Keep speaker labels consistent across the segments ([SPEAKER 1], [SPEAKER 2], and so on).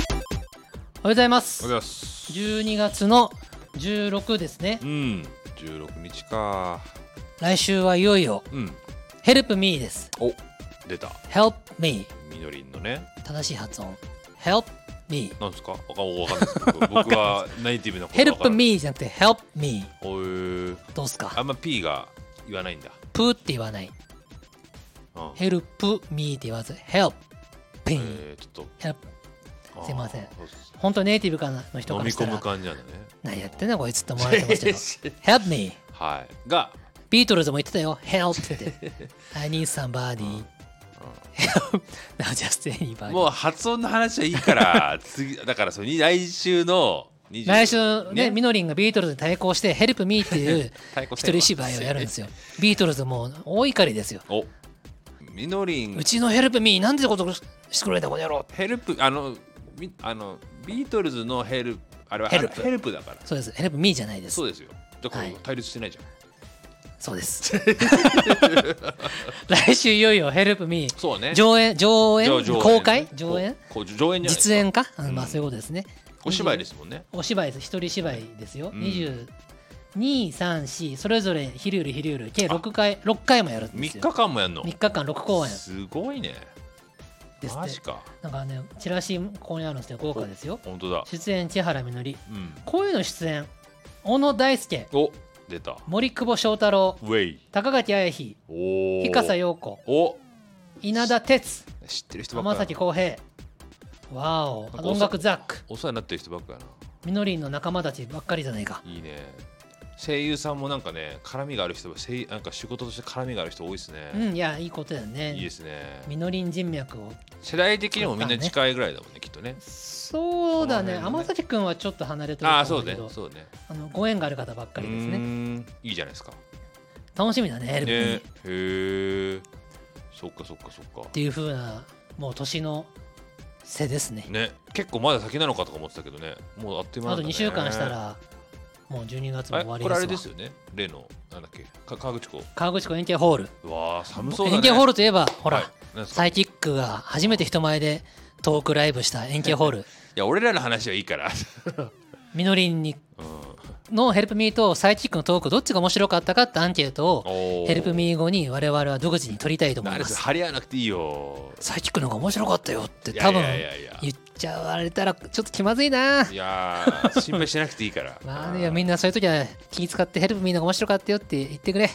[SPEAKER 1] おはようございま
[SPEAKER 2] お
[SPEAKER 1] す
[SPEAKER 2] はようございます
[SPEAKER 1] 12月の16ですね
[SPEAKER 2] うん16日か
[SPEAKER 1] 来週はいよいよ
[SPEAKER 2] うん
[SPEAKER 1] Help Me です
[SPEAKER 2] お出た
[SPEAKER 1] Help Me
[SPEAKER 2] みのりんのね
[SPEAKER 1] 正しい発音 Help Me
[SPEAKER 2] なんですかわかわかんないですけど僕はネイティブなことわか
[SPEAKER 1] Help
[SPEAKER 2] らない
[SPEAKER 1] Me じゃなくて Help Me
[SPEAKER 2] おー
[SPEAKER 1] どうす
[SPEAKER 2] あ
[SPEAKER 1] か
[SPEAKER 2] んま P が言わないんだ
[SPEAKER 1] プって言わない
[SPEAKER 2] うん
[SPEAKER 1] Help Me って言わず Help
[SPEAKER 2] え
[SPEAKER 1] Me
[SPEAKER 2] ーちょっ
[SPEAKER 1] Help
[SPEAKER 2] と
[SPEAKER 1] すいません
[SPEAKER 2] あーそうそう
[SPEAKER 1] 本当ネイティブかなの
[SPEAKER 2] そ
[SPEAKER 1] 人か
[SPEAKER 2] う飲
[SPEAKER 1] ら
[SPEAKER 2] み
[SPEAKER 1] した
[SPEAKER 2] 込む
[SPEAKER 1] ら
[SPEAKER 2] 感じなんだね
[SPEAKER 1] 何やってんだこいつって思われて ますけど Help Me
[SPEAKER 2] はいが
[SPEAKER 1] ビートルズも言ってたよ Help って I need somebody Now just anybody
[SPEAKER 2] もう発音の話はいいから 次だからその来週の20
[SPEAKER 1] 来週ねみのりんがビートルズに対抗して「ヘルプミーって いう
[SPEAKER 2] 対抗
[SPEAKER 1] 一
[SPEAKER 2] 戦は
[SPEAKER 1] 人芝居をやるんですよビートルズもう大怒りですよ
[SPEAKER 2] おみのりん
[SPEAKER 1] うちの「ヘルプミーなんてことしてくれたこの野郎
[SPEAKER 2] ヘルプあのみあのビートルズのヘルプあれは
[SPEAKER 1] ヘルプ
[SPEAKER 2] ヘルプだから
[SPEAKER 1] そうですヘルプミーじゃないです
[SPEAKER 2] そうですよだから
[SPEAKER 1] はい
[SPEAKER 2] 対立してないじゃん、
[SPEAKER 1] そうです 来週いよいよ「ヘルプミー
[SPEAKER 2] そうね
[SPEAKER 1] 上演上
[SPEAKER 2] 上
[SPEAKER 1] 演
[SPEAKER 2] 上演
[SPEAKER 1] 公開上演
[SPEAKER 2] こう上演じゃない
[SPEAKER 1] 実演か、あのまあ
[SPEAKER 2] うん
[SPEAKER 1] そういうことですね
[SPEAKER 2] お芝居ですもんね
[SPEAKER 1] お芝居です一人芝居ですよ、
[SPEAKER 2] うん
[SPEAKER 1] 223それぞれ昼より昼より計6回6回もやるんです
[SPEAKER 2] 3
[SPEAKER 1] よ
[SPEAKER 2] 日間もやんの
[SPEAKER 1] 3日間6公演
[SPEAKER 2] すごいね
[SPEAKER 1] ですっ
[SPEAKER 2] マ
[SPEAKER 1] て
[SPEAKER 2] ジか
[SPEAKER 1] なんかね、チラシここにあるんですね、豪華ですよ。
[SPEAKER 2] 本当だ
[SPEAKER 1] 出演千原みのり、
[SPEAKER 2] うん
[SPEAKER 1] 声の出演、小野大輔、
[SPEAKER 2] お出た
[SPEAKER 1] 森久保祥太郎、
[SPEAKER 2] ウェイ
[SPEAKER 1] 高垣彩妃、
[SPEAKER 2] おお
[SPEAKER 1] 日笠陽子、
[SPEAKER 2] お
[SPEAKER 1] 稲田哲、
[SPEAKER 2] 知ってる人ばっか
[SPEAKER 1] 浜
[SPEAKER 2] やな
[SPEAKER 1] 崎浩平。わお、あ
[SPEAKER 2] なんか
[SPEAKER 1] の音楽ザック、
[SPEAKER 2] お世話になってる人ばっかやな
[SPEAKER 1] みのりんの仲間たちばっかりじゃないか。
[SPEAKER 2] いいね声優さんもなんかね絡みがある人は声優なんか仕事として絡みがある人多いですね、
[SPEAKER 1] うん、いや、いいことだよ
[SPEAKER 2] いいで
[SPEAKER 1] ね。
[SPEAKER 2] すね
[SPEAKER 1] みのりん人脈を。
[SPEAKER 2] 世代的にもみんな近いぐらいだもんねきっとね
[SPEAKER 1] そうだね、
[SPEAKER 2] この辺の
[SPEAKER 1] 天
[SPEAKER 2] ね
[SPEAKER 1] 崎くんはちょっと離れてる
[SPEAKER 2] ああー
[SPEAKER 1] と
[SPEAKER 2] そ
[SPEAKER 1] 思
[SPEAKER 2] う
[SPEAKER 1] うけ
[SPEAKER 2] ね
[SPEAKER 1] ど、
[SPEAKER 2] そうね
[SPEAKER 1] あのご縁がある方ばっかりです
[SPEAKER 2] うー
[SPEAKER 1] ね。
[SPEAKER 2] んいいじゃないですか
[SPEAKER 1] 楽しみだね、ヘルプに
[SPEAKER 2] ねへえそっかそっかそっか
[SPEAKER 1] っていう風なもう年の瀬ですね
[SPEAKER 2] ね結構まだ先なのかとか思ってたけどねもうあっという間
[SPEAKER 1] あ
[SPEAKER 2] な
[SPEAKER 1] と
[SPEAKER 2] んだね
[SPEAKER 1] 2週間したらもう12月も
[SPEAKER 2] あ
[SPEAKER 1] 終わり
[SPEAKER 2] こ
[SPEAKER 1] です
[SPEAKER 2] れ
[SPEAKER 1] わ
[SPEAKER 2] あれですよね例のなんだっけか河口湖
[SPEAKER 1] 河口湖円形ホール、
[SPEAKER 2] うわー寒そうだね
[SPEAKER 1] 円形ホー
[SPEAKER 2] ル
[SPEAKER 1] ルといえばほら、
[SPEAKER 2] い
[SPEAKER 1] サイキックが初めて人前でトークライブした円形ホール
[SPEAKER 2] や俺らの話はいいから
[SPEAKER 1] みのりんに
[SPEAKER 2] うん
[SPEAKER 1] の「ヘルプミーとサイキックのトークどっちが面白かったかってアンケートを「
[SPEAKER 2] お
[SPEAKER 1] ヘルプ
[SPEAKER 2] ー
[SPEAKER 1] ミー後に我々は独自に取りたいと思
[SPEAKER 2] あ
[SPEAKER 1] い
[SPEAKER 2] れ
[SPEAKER 1] ま
[SPEAKER 2] です
[SPEAKER 1] す
[SPEAKER 2] 張り合わなくていいよ
[SPEAKER 1] サイキックの方が面白かったよって
[SPEAKER 2] いや
[SPEAKER 1] 多
[SPEAKER 2] い
[SPEAKER 1] 分
[SPEAKER 2] やいやいや
[SPEAKER 1] 言っちゃわれたらちょっと気まずいない
[SPEAKER 2] やー心配しなくていいから
[SPEAKER 1] まあね、いやみん
[SPEAKER 2] な
[SPEAKER 1] なそういう時は気使ってヘルプミーの方が面白かったよって言ってくれ。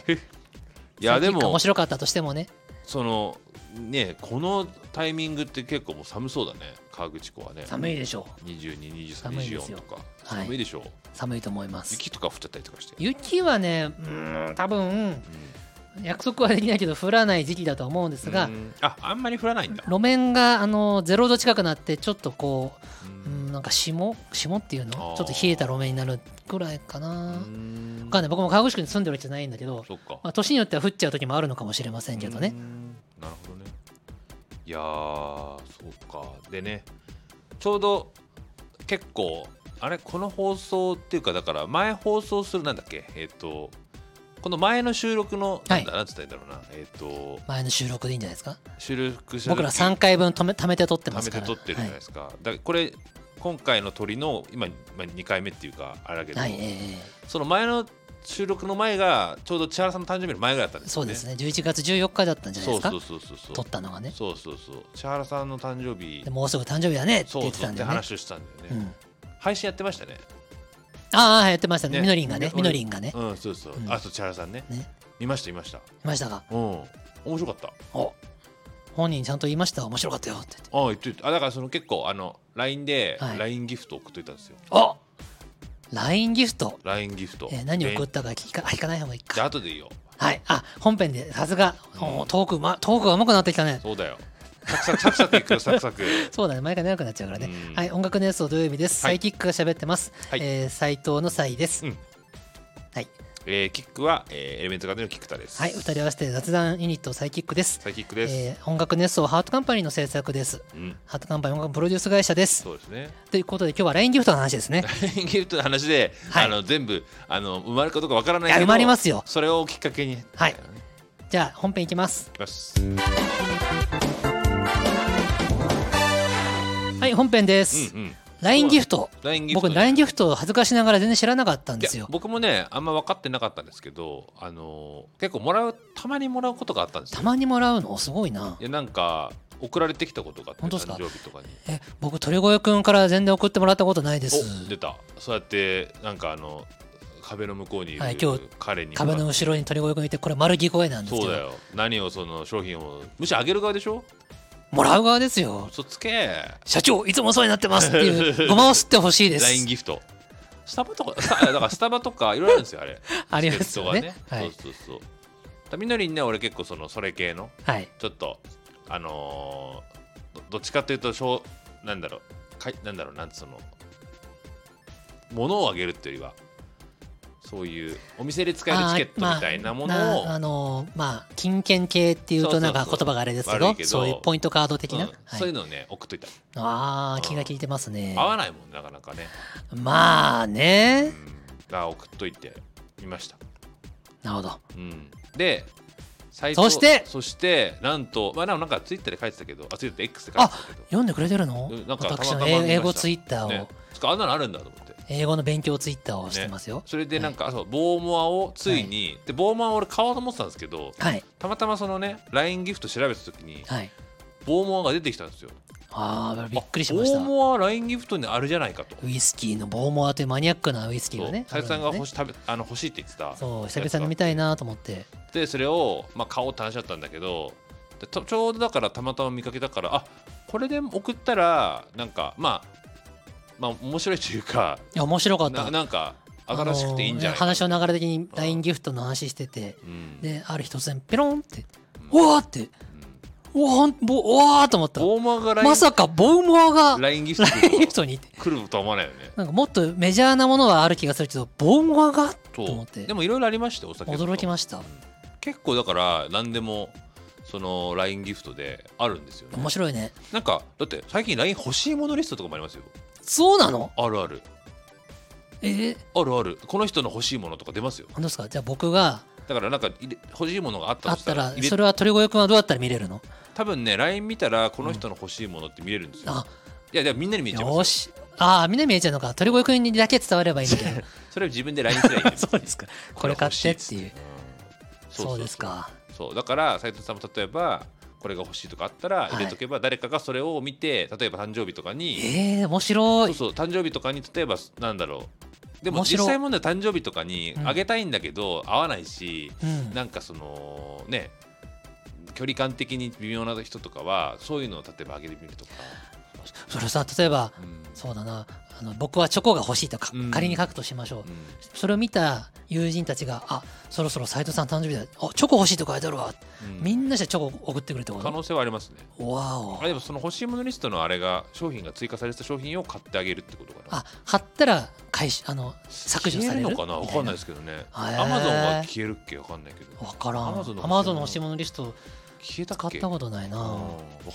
[SPEAKER 2] いやで
[SPEAKER 1] 最近
[SPEAKER 2] も
[SPEAKER 1] 面白かったとしてもね。
[SPEAKER 2] そのねこのタイミングって結構もう寒そうだね河口湖はね
[SPEAKER 1] 寒いでしょう。寒いです
[SPEAKER 2] 222324
[SPEAKER 1] よ
[SPEAKER 2] とか
[SPEAKER 1] はい
[SPEAKER 2] 寒いでしょう、
[SPEAKER 1] 寒いと思います。
[SPEAKER 2] 雪とか降っちゃったりとかして、
[SPEAKER 1] 雪はね、うーん、多分約束はできないけど降らない時期だとは思うんですが
[SPEAKER 2] う、んああんまり降らないんだ、
[SPEAKER 1] 路面があの0度近くなってちょっとこ
[SPEAKER 2] う
[SPEAKER 1] う、うん、なんか霜霜っていうのち
[SPEAKER 2] あ
[SPEAKER 1] ょ
[SPEAKER 2] ー
[SPEAKER 1] っと冷えた路面になるくらいか
[SPEAKER 2] う
[SPEAKER 1] な。
[SPEAKER 2] ん
[SPEAKER 1] わかんない僕も川口区に住んでるわけじゃないんだけど、
[SPEAKER 2] そっか、
[SPEAKER 1] まあ、年によっては降っちゃう時もあるのかもしれませんけどね
[SPEAKER 2] う。んなるほどねいやーそうかでねちょうど結構あれこの放送っていうかだから前放送するなんだっけえっ、とこの前の収録のなんだ、なんつったらいいんだろうなえっ、と
[SPEAKER 1] 前の収録でいいんじゃないですか。
[SPEAKER 2] 収録する
[SPEAKER 1] 僕ら3回分止め貯めて撮ってま
[SPEAKER 2] 貯
[SPEAKER 1] す
[SPEAKER 2] め
[SPEAKER 1] か
[SPEAKER 2] て
[SPEAKER 1] ら。
[SPEAKER 2] 撮ってるじゃない
[SPEAKER 1] はい
[SPEAKER 2] ですか,、だからこれ今回の鳥の今、まあ、2回目っていうかあれだけど、
[SPEAKER 1] はい、ええ
[SPEAKER 2] その前の収録の前がちょうど千原さんの誕生日の前ぐらいだったんです
[SPEAKER 1] そ
[SPEAKER 2] よ
[SPEAKER 1] う
[SPEAKER 2] ね
[SPEAKER 1] ですね11月14日だったんじゃないで
[SPEAKER 2] そ
[SPEAKER 1] す
[SPEAKER 2] う
[SPEAKER 1] か
[SPEAKER 2] そうそうそうそう
[SPEAKER 1] 撮ったのがね
[SPEAKER 2] そうそうそう千原さんの誕生日
[SPEAKER 1] でもうすぐ誕生日だねって
[SPEAKER 2] そ
[SPEAKER 1] 言っ
[SPEAKER 2] う
[SPEAKER 1] て
[SPEAKER 2] そ
[SPEAKER 1] た
[SPEAKER 2] うんっ
[SPEAKER 1] だよ
[SPEAKER 2] て
[SPEAKER 1] ね
[SPEAKER 2] 話をしたんだよ
[SPEAKER 1] う
[SPEAKER 2] ね、
[SPEAKER 1] ん
[SPEAKER 2] 配信やってましたね
[SPEAKER 1] ああやってましたね
[SPEAKER 2] ね
[SPEAKER 1] みのりんがね
[SPEAKER 2] ね
[SPEAKER 1] みのりんがね
[SPEAKER 2] うんそうそう、
[SPEAKER 1] うん
[SPEAKER 2] あと千原さんね
[SPEAKER 1] ね
[SPEAKER 2] 見ました見ました
[SPEAKER 1] いましたが
[SPEAKER 2] うん面白かった
[SPEAKER 1] お本人ちゃんと言いました面白かったよって言って
[SPEAKER 2] ああ言ってたあだからその結構あの LINE で
[SPEAKER 1] はい
[SPEAKER 2] LINE ギフト送っといたんですよ、
[SPEAKER 1] お LINE ギフト
[SPEAKER 2] LINE ギフト、
[SPEAKER 1] えー何を送っ
[SPEAKER 2] で
[SPEAKER 1] たか聞かあ聞かない方がいい
[SPEAKER 2] じゃあ
[SPEAKER 1] か
[SPEAKER 2] 後でいいよ
[SPEAKER 1] はいあ本編でさすが
[SPEAKER 2] うん
[SPEAKER 1] おートークうまトークが上手くなってきたね
[SPEAKER 2] そうだよサクサクサクサクいくよサクサク
[SPEAKER 1] そうだね毎回長くなっちゃうからね
[SPEAKER 2] うん
[SPEAKER 1] はい音楽のやつを土曜日です
[SPEAKER 2] は
[SPEAKER 1] サ
[SPEAKER 2] い
[SPEAKER 1] イキックが喋ってます
[SPEAKER 2] はい
[SPEAKER 1] えー斉藤のサイです
[SPEAKER 2] うん
[SPEAKER 1] はい
[SPEAKER 2] えー、キックは、えーエレメントガーデンのキックタです
[SPEAKER 1] はい、二人合わせて雑談ユニットサイキックです。
[SPEAKER 2] サイキックです、
[SPEAKER 1] えー音楽熱奏ハートカンパニーの制作です。
[SPEAKER 2] うん
[SPEAKER 1] ハートカンパニー音楽プロデュース会社です。
[SPEAKER 2] そうですね
[SPEAKER 1] ということで今日は LINE ギフトの話ですね。
[SPEAKER 2] ペンギフトの話で、
[SPEAKER 1] はい
[SPEAKER 2] あの全部あの埋まるかどうかわからない
[SPEAKER 1] い
[SPEAKER 2] け
[SPEAKER 1] や
[SPEAKER 2] ど
[SPEAKER 1] 埋まりますよ
[SPEAKER 2] それをきっかけに
[SPEAKER 1] はい
[SPEAKER 2] いき
[SPEAKER 1] じゃあ本編いきます。
[SPEAKER 2] ます
[SPEAKER 1] はい、本編です。
[SPEAKER 2] うんうん
[SPEAKER 1] LINE ギフト。
[SPEAKER 2] LINE ギフト
[SPEAKER 1] 僕、
[SPEAKER 2] ね
[SPEAKER 1] LINE ギフト恥ずかしながら全然知らなかったんです
[SPEAKER 2] いや
[SPEAKER 1] よ。
[SPEAKER 2] 僕もねあんま分かってなかったんですけどあの結構もらうたまにもらうことがあったんですよ。
[SPEAKER 1] たまにもらうのすごいない
[SPEAKER 2] やなんか送られてきたことがあって
[SPEAKER 1] 本当ですか
[SPEAKER 2] 誕生日とかに
[SPEAKER 1] え、僕、鳥越くんから全然送ってもらったことないです。
[SPEAKER 2] お出たそうやってなんかあの壁の向こうにいる
[SPEAKER 1] はい今日
[SPEAKER 2] 彼に
[SPEAKER 1] 壁の後ろに鳥越くんいて、これ丸木声なんですけ
[SPEAKER 2] そうだ
[SPEAKER 1] ど、
[SPEAKER 2] よ何をその商品をむしろあげる側でしょ
[SPEAKER 1] もらう側ですよ。
[SPEAKER 2] 嘘つけ
[SPEAKER 1] 社長、いつもお世話になってますって いう、ごまを吸ってほしいです。
[SPEAKER 2] LINE ギフトスタバとかス タだからスタバとかいろいろあるんですよあれ
[SPEAKER 1] ありますよ
[SPEAKER 2] チケ
[SPEAKER 1] ね
[SPEAKER 2] ッ。トが
[SPEAKER 1] は
[SPEAKER 2] ね
[SPEAKER 1] い。
[SPEAKER 2] そうそうそうだからみのりんね俺結構そのそれ系の
[SPEAKER 1] はい。
[SPEAKER 2] ちょっとあのーどどっちかというとしょうなんだろうかいなんだろうなんてその物をあげるっていうよりはそういうお店で使えるチケットみたいなものを、
[SPEAKER 1] あのまあ金券系っていうとなんか言葉があれですけ
[SPEAKER 2] そうそうそう
[SPEAKER 1] ど
[SPEAKER 2] 悪いけど
[SPEAKER 1] そういうポイントカード的
[SPEAKER 2] うん
[SPEAKER 1] な、
[SPEAKER 2] そう、
[SPEAKER 1] はいいう
[SPEAKER 2] のをね送っといた、
[SPEAKER 1] あ
[SPEAKER 2] うん
[SPEAKER 1] あ気が利いてますね
[SPEAKER 2] 合わないもんなかなかね、
[SPEAKER 1] まあ
[SPEAKER 2] う
[SPEAKER 1] ね
[SPEAKER 2] ん、だから送っといてみました、
[SPEAKER 1] なるほど
[SPEAKER 2] うん、で最
[SPEAKER 1] そして
[SPEAKER 2] そしてなんとまあなんかツイッターで書いてたけどあツイッターで X で書いてたけど
[SPEAKER 1] 読んでくれてるの
[SPEAKER 2] うんなんか
[SPEAKER 1] 私
[SPEAKER 2] たま
[SPEAKER 1] の
[SPEAKER 2] たま見ました
[SPEAKER 1] 英語ツイッターを、
[SPEAKER 2] ねつかあんなのあるんだと思って
[SPEAKER 1] 英語の勉強ツイッターをしてますよ、
[SPEAKER 2] それでなんか、そうボーモアをついに、でボーモアを俺買おうと思ってたんですけど
[SPEAKER 1] はい
[SPEAKER 2] たまたまそのね LINE ギフト調べた時に
[SPEAKER 1] はい
[SPEAKER 2] ボーモアが出てきたんですよ
[SPEAKER 1] ああびっくりしました
[SPEAKER 2] あボーモア LINE ギフトにあるじゃないかと
[SPEAKER 1] ウイスキーのボーモアというマニアックなウイスキー
[SPEAKER 2] そう
[SPEAKER 1] がね
[SPEAKER 2] さゆさんが欲
[SPEAKER 1] し
[SPEAKER 2] し食べあの欲しいって言ってた
[SPEAKER 1] そう久々に見たいなと思って
[SPEAKER 2] でそれを、まあ、買おうって話だったんだけどでとちょうどだからたまたま見かけたからあこれで送ったらなんかまあまあ面白いというか
[SPEAKER 1] いや面白かった
[SPEAKER 2] ななんか新しくていいんじゃない
[SPEAKER 1] あ
[SPEAKER 2] か
[SPEAKER 1] のー話の流れ的に LINE ギフトの話してて
[SPEAKER 2] うん
[SPEAKER 1] である日突然ペロンって「
[SPEAKER 2] うん
[SPEAKER 1] うわ!」って
[SPEAKER 2] うん
[SPEAKER 1] 「うわ!」ぼうわーと思った
[SPEAKER 2] ボーモアが LINE
[SPEAKER 1] まさかボウモアが LINE
[SPEAKER 2] ラインギフト来ると
[SPEAKER 1] ギフトにって
[SPEAKER 2] 来るとは思わないよね。
[SPEAKER 1] なんかもっとメジャーなものはある気がするけどボウモアがと思
[SPEAKER 2] そ
[SPEAKER 1] っ
[SPEAKER 2] う。
[SPEAKER 1] て
[SPEAKER 2] でもいろいろありましたよお酒とか
[SPEAKER 1] 驚きました
[SPEAKER 2] 結構だから何でもその LINE ギフトであるんですよね。
[SPEAKER 1] 面白いね
[SPEAKER 2] なんかだって最近 LINE 欲しいものリストとかもありますよ。
[SPEAKER 1] そうなの
[SPEAKER 2] あるある。
[SPEAKER 1] えー、
[SPEAKER 2] あるある。この人の欲しいものとか出ますよ。
[SPEAKER 1] 本当ですかじゃあ僕が
[SPEAKER 2] だからなんか入れ欲しいものがあった
[SPEAKER 1] あ
[SPEAKER 2] と
[SPEAKER 1] っ
[SPEAKER 2] したたら
[SPEAKER 1] ら
[SPEAKER 2] 入れ
[SPEAKER 1] それは鳥越くんはどうやったら見れるの
[SPEAKER 2] 多分ね LINE 見たらこの人の欲しいものって見れるんですよ。
[SPEAKER 1] あ
[SPEAKER 2] いやいやみんなに見えちゃいますよ
[SPEAKER 1] よしああみんな見えちゃうのか鳥越くんにだけ伝わればいいんだ けど
[SPEAKER 2] それを自分で LINE すればいい ん
[SPEAKER 1] そうですかこれ買ってっていう。そうです
[SPEAKER 2] か
[SPEAKER 1] か
[SPEAKER 2] そうだから斉藤さんも例えばこれが欲しいとかあったら入れとけば、誰かがそれを見て例えば誕生日とかに
[SPEAKER 1] えー、面白
[SPEAKER 2] そう
[SPEAKER 1] い
[SPEAKER 2] そう誕生日とかに例えばなんだろうでも
[SPEAKER 1] 面白い
[SPEAKER 2] 実際問題誕生日とかに
[SPEAKER 1] うん
[SPEAKER 2] あげたいんだけど、合わないし
[SPEAKER 1] うん
[SPEAKER 2] なんかそのね距離感的に微妙な人とかはそういうのを例えばあげてみるとか、
[SPEAKER 1] それさ例えば
[SPEAKER 2] うん
[SPEAKER 1] そうだなあの僕はチョコが欲しいとか、
[SPEAKER 2] うん
[SPEAKER 1] 仮に書くとしましょう、
[SPEAKER 2] うん
[SPEAKER 1] それを見た友人たちが「あそろそろ斎藤さん誕生日だあチョコ欲しいとか書いてあるわ」
[SPEAKER 2] うん
[SPEAKER 1] みんなしてチョコ送ってくるってこ
[SPEAKER 2] 可
[SPEAKER 1] と
[SPEAKER 2] 能性はありますね
[SPEAKER 1] わお
[SPEAKER 2] あでもその欲しいものリストのあれが商品が追加された商品を買ってあげるってことかな
[SPEAKER 1] あ貼ったら回収あの削除される
[SPEAKER 2] 消えるのかな
[SPEAKER 1] み
[SPEAKER 2] わ
[SPEAKER 1] た
[SPEAKER 2] かんないですけどね。
[SPEAKER 1] へー
[SPEAKER 2] アマゾンは消えるっけわかんないけど。
[SPEAKER 1] わからん
[SPEAKER 2] Amazon の
[SPEAKER 1] アマゾンの欲しいものリスト
[SPEAKER 2] 消えた
[SPEAKER 1] 使
[SPEAKER 2] っ
[SPEAKER 1] っ
[SPEAKER 2] け
[SPEAKER 1] たことない
[SPEAKER 2] うん
[SPEAKER 1] な
[SPEAKER 2] わ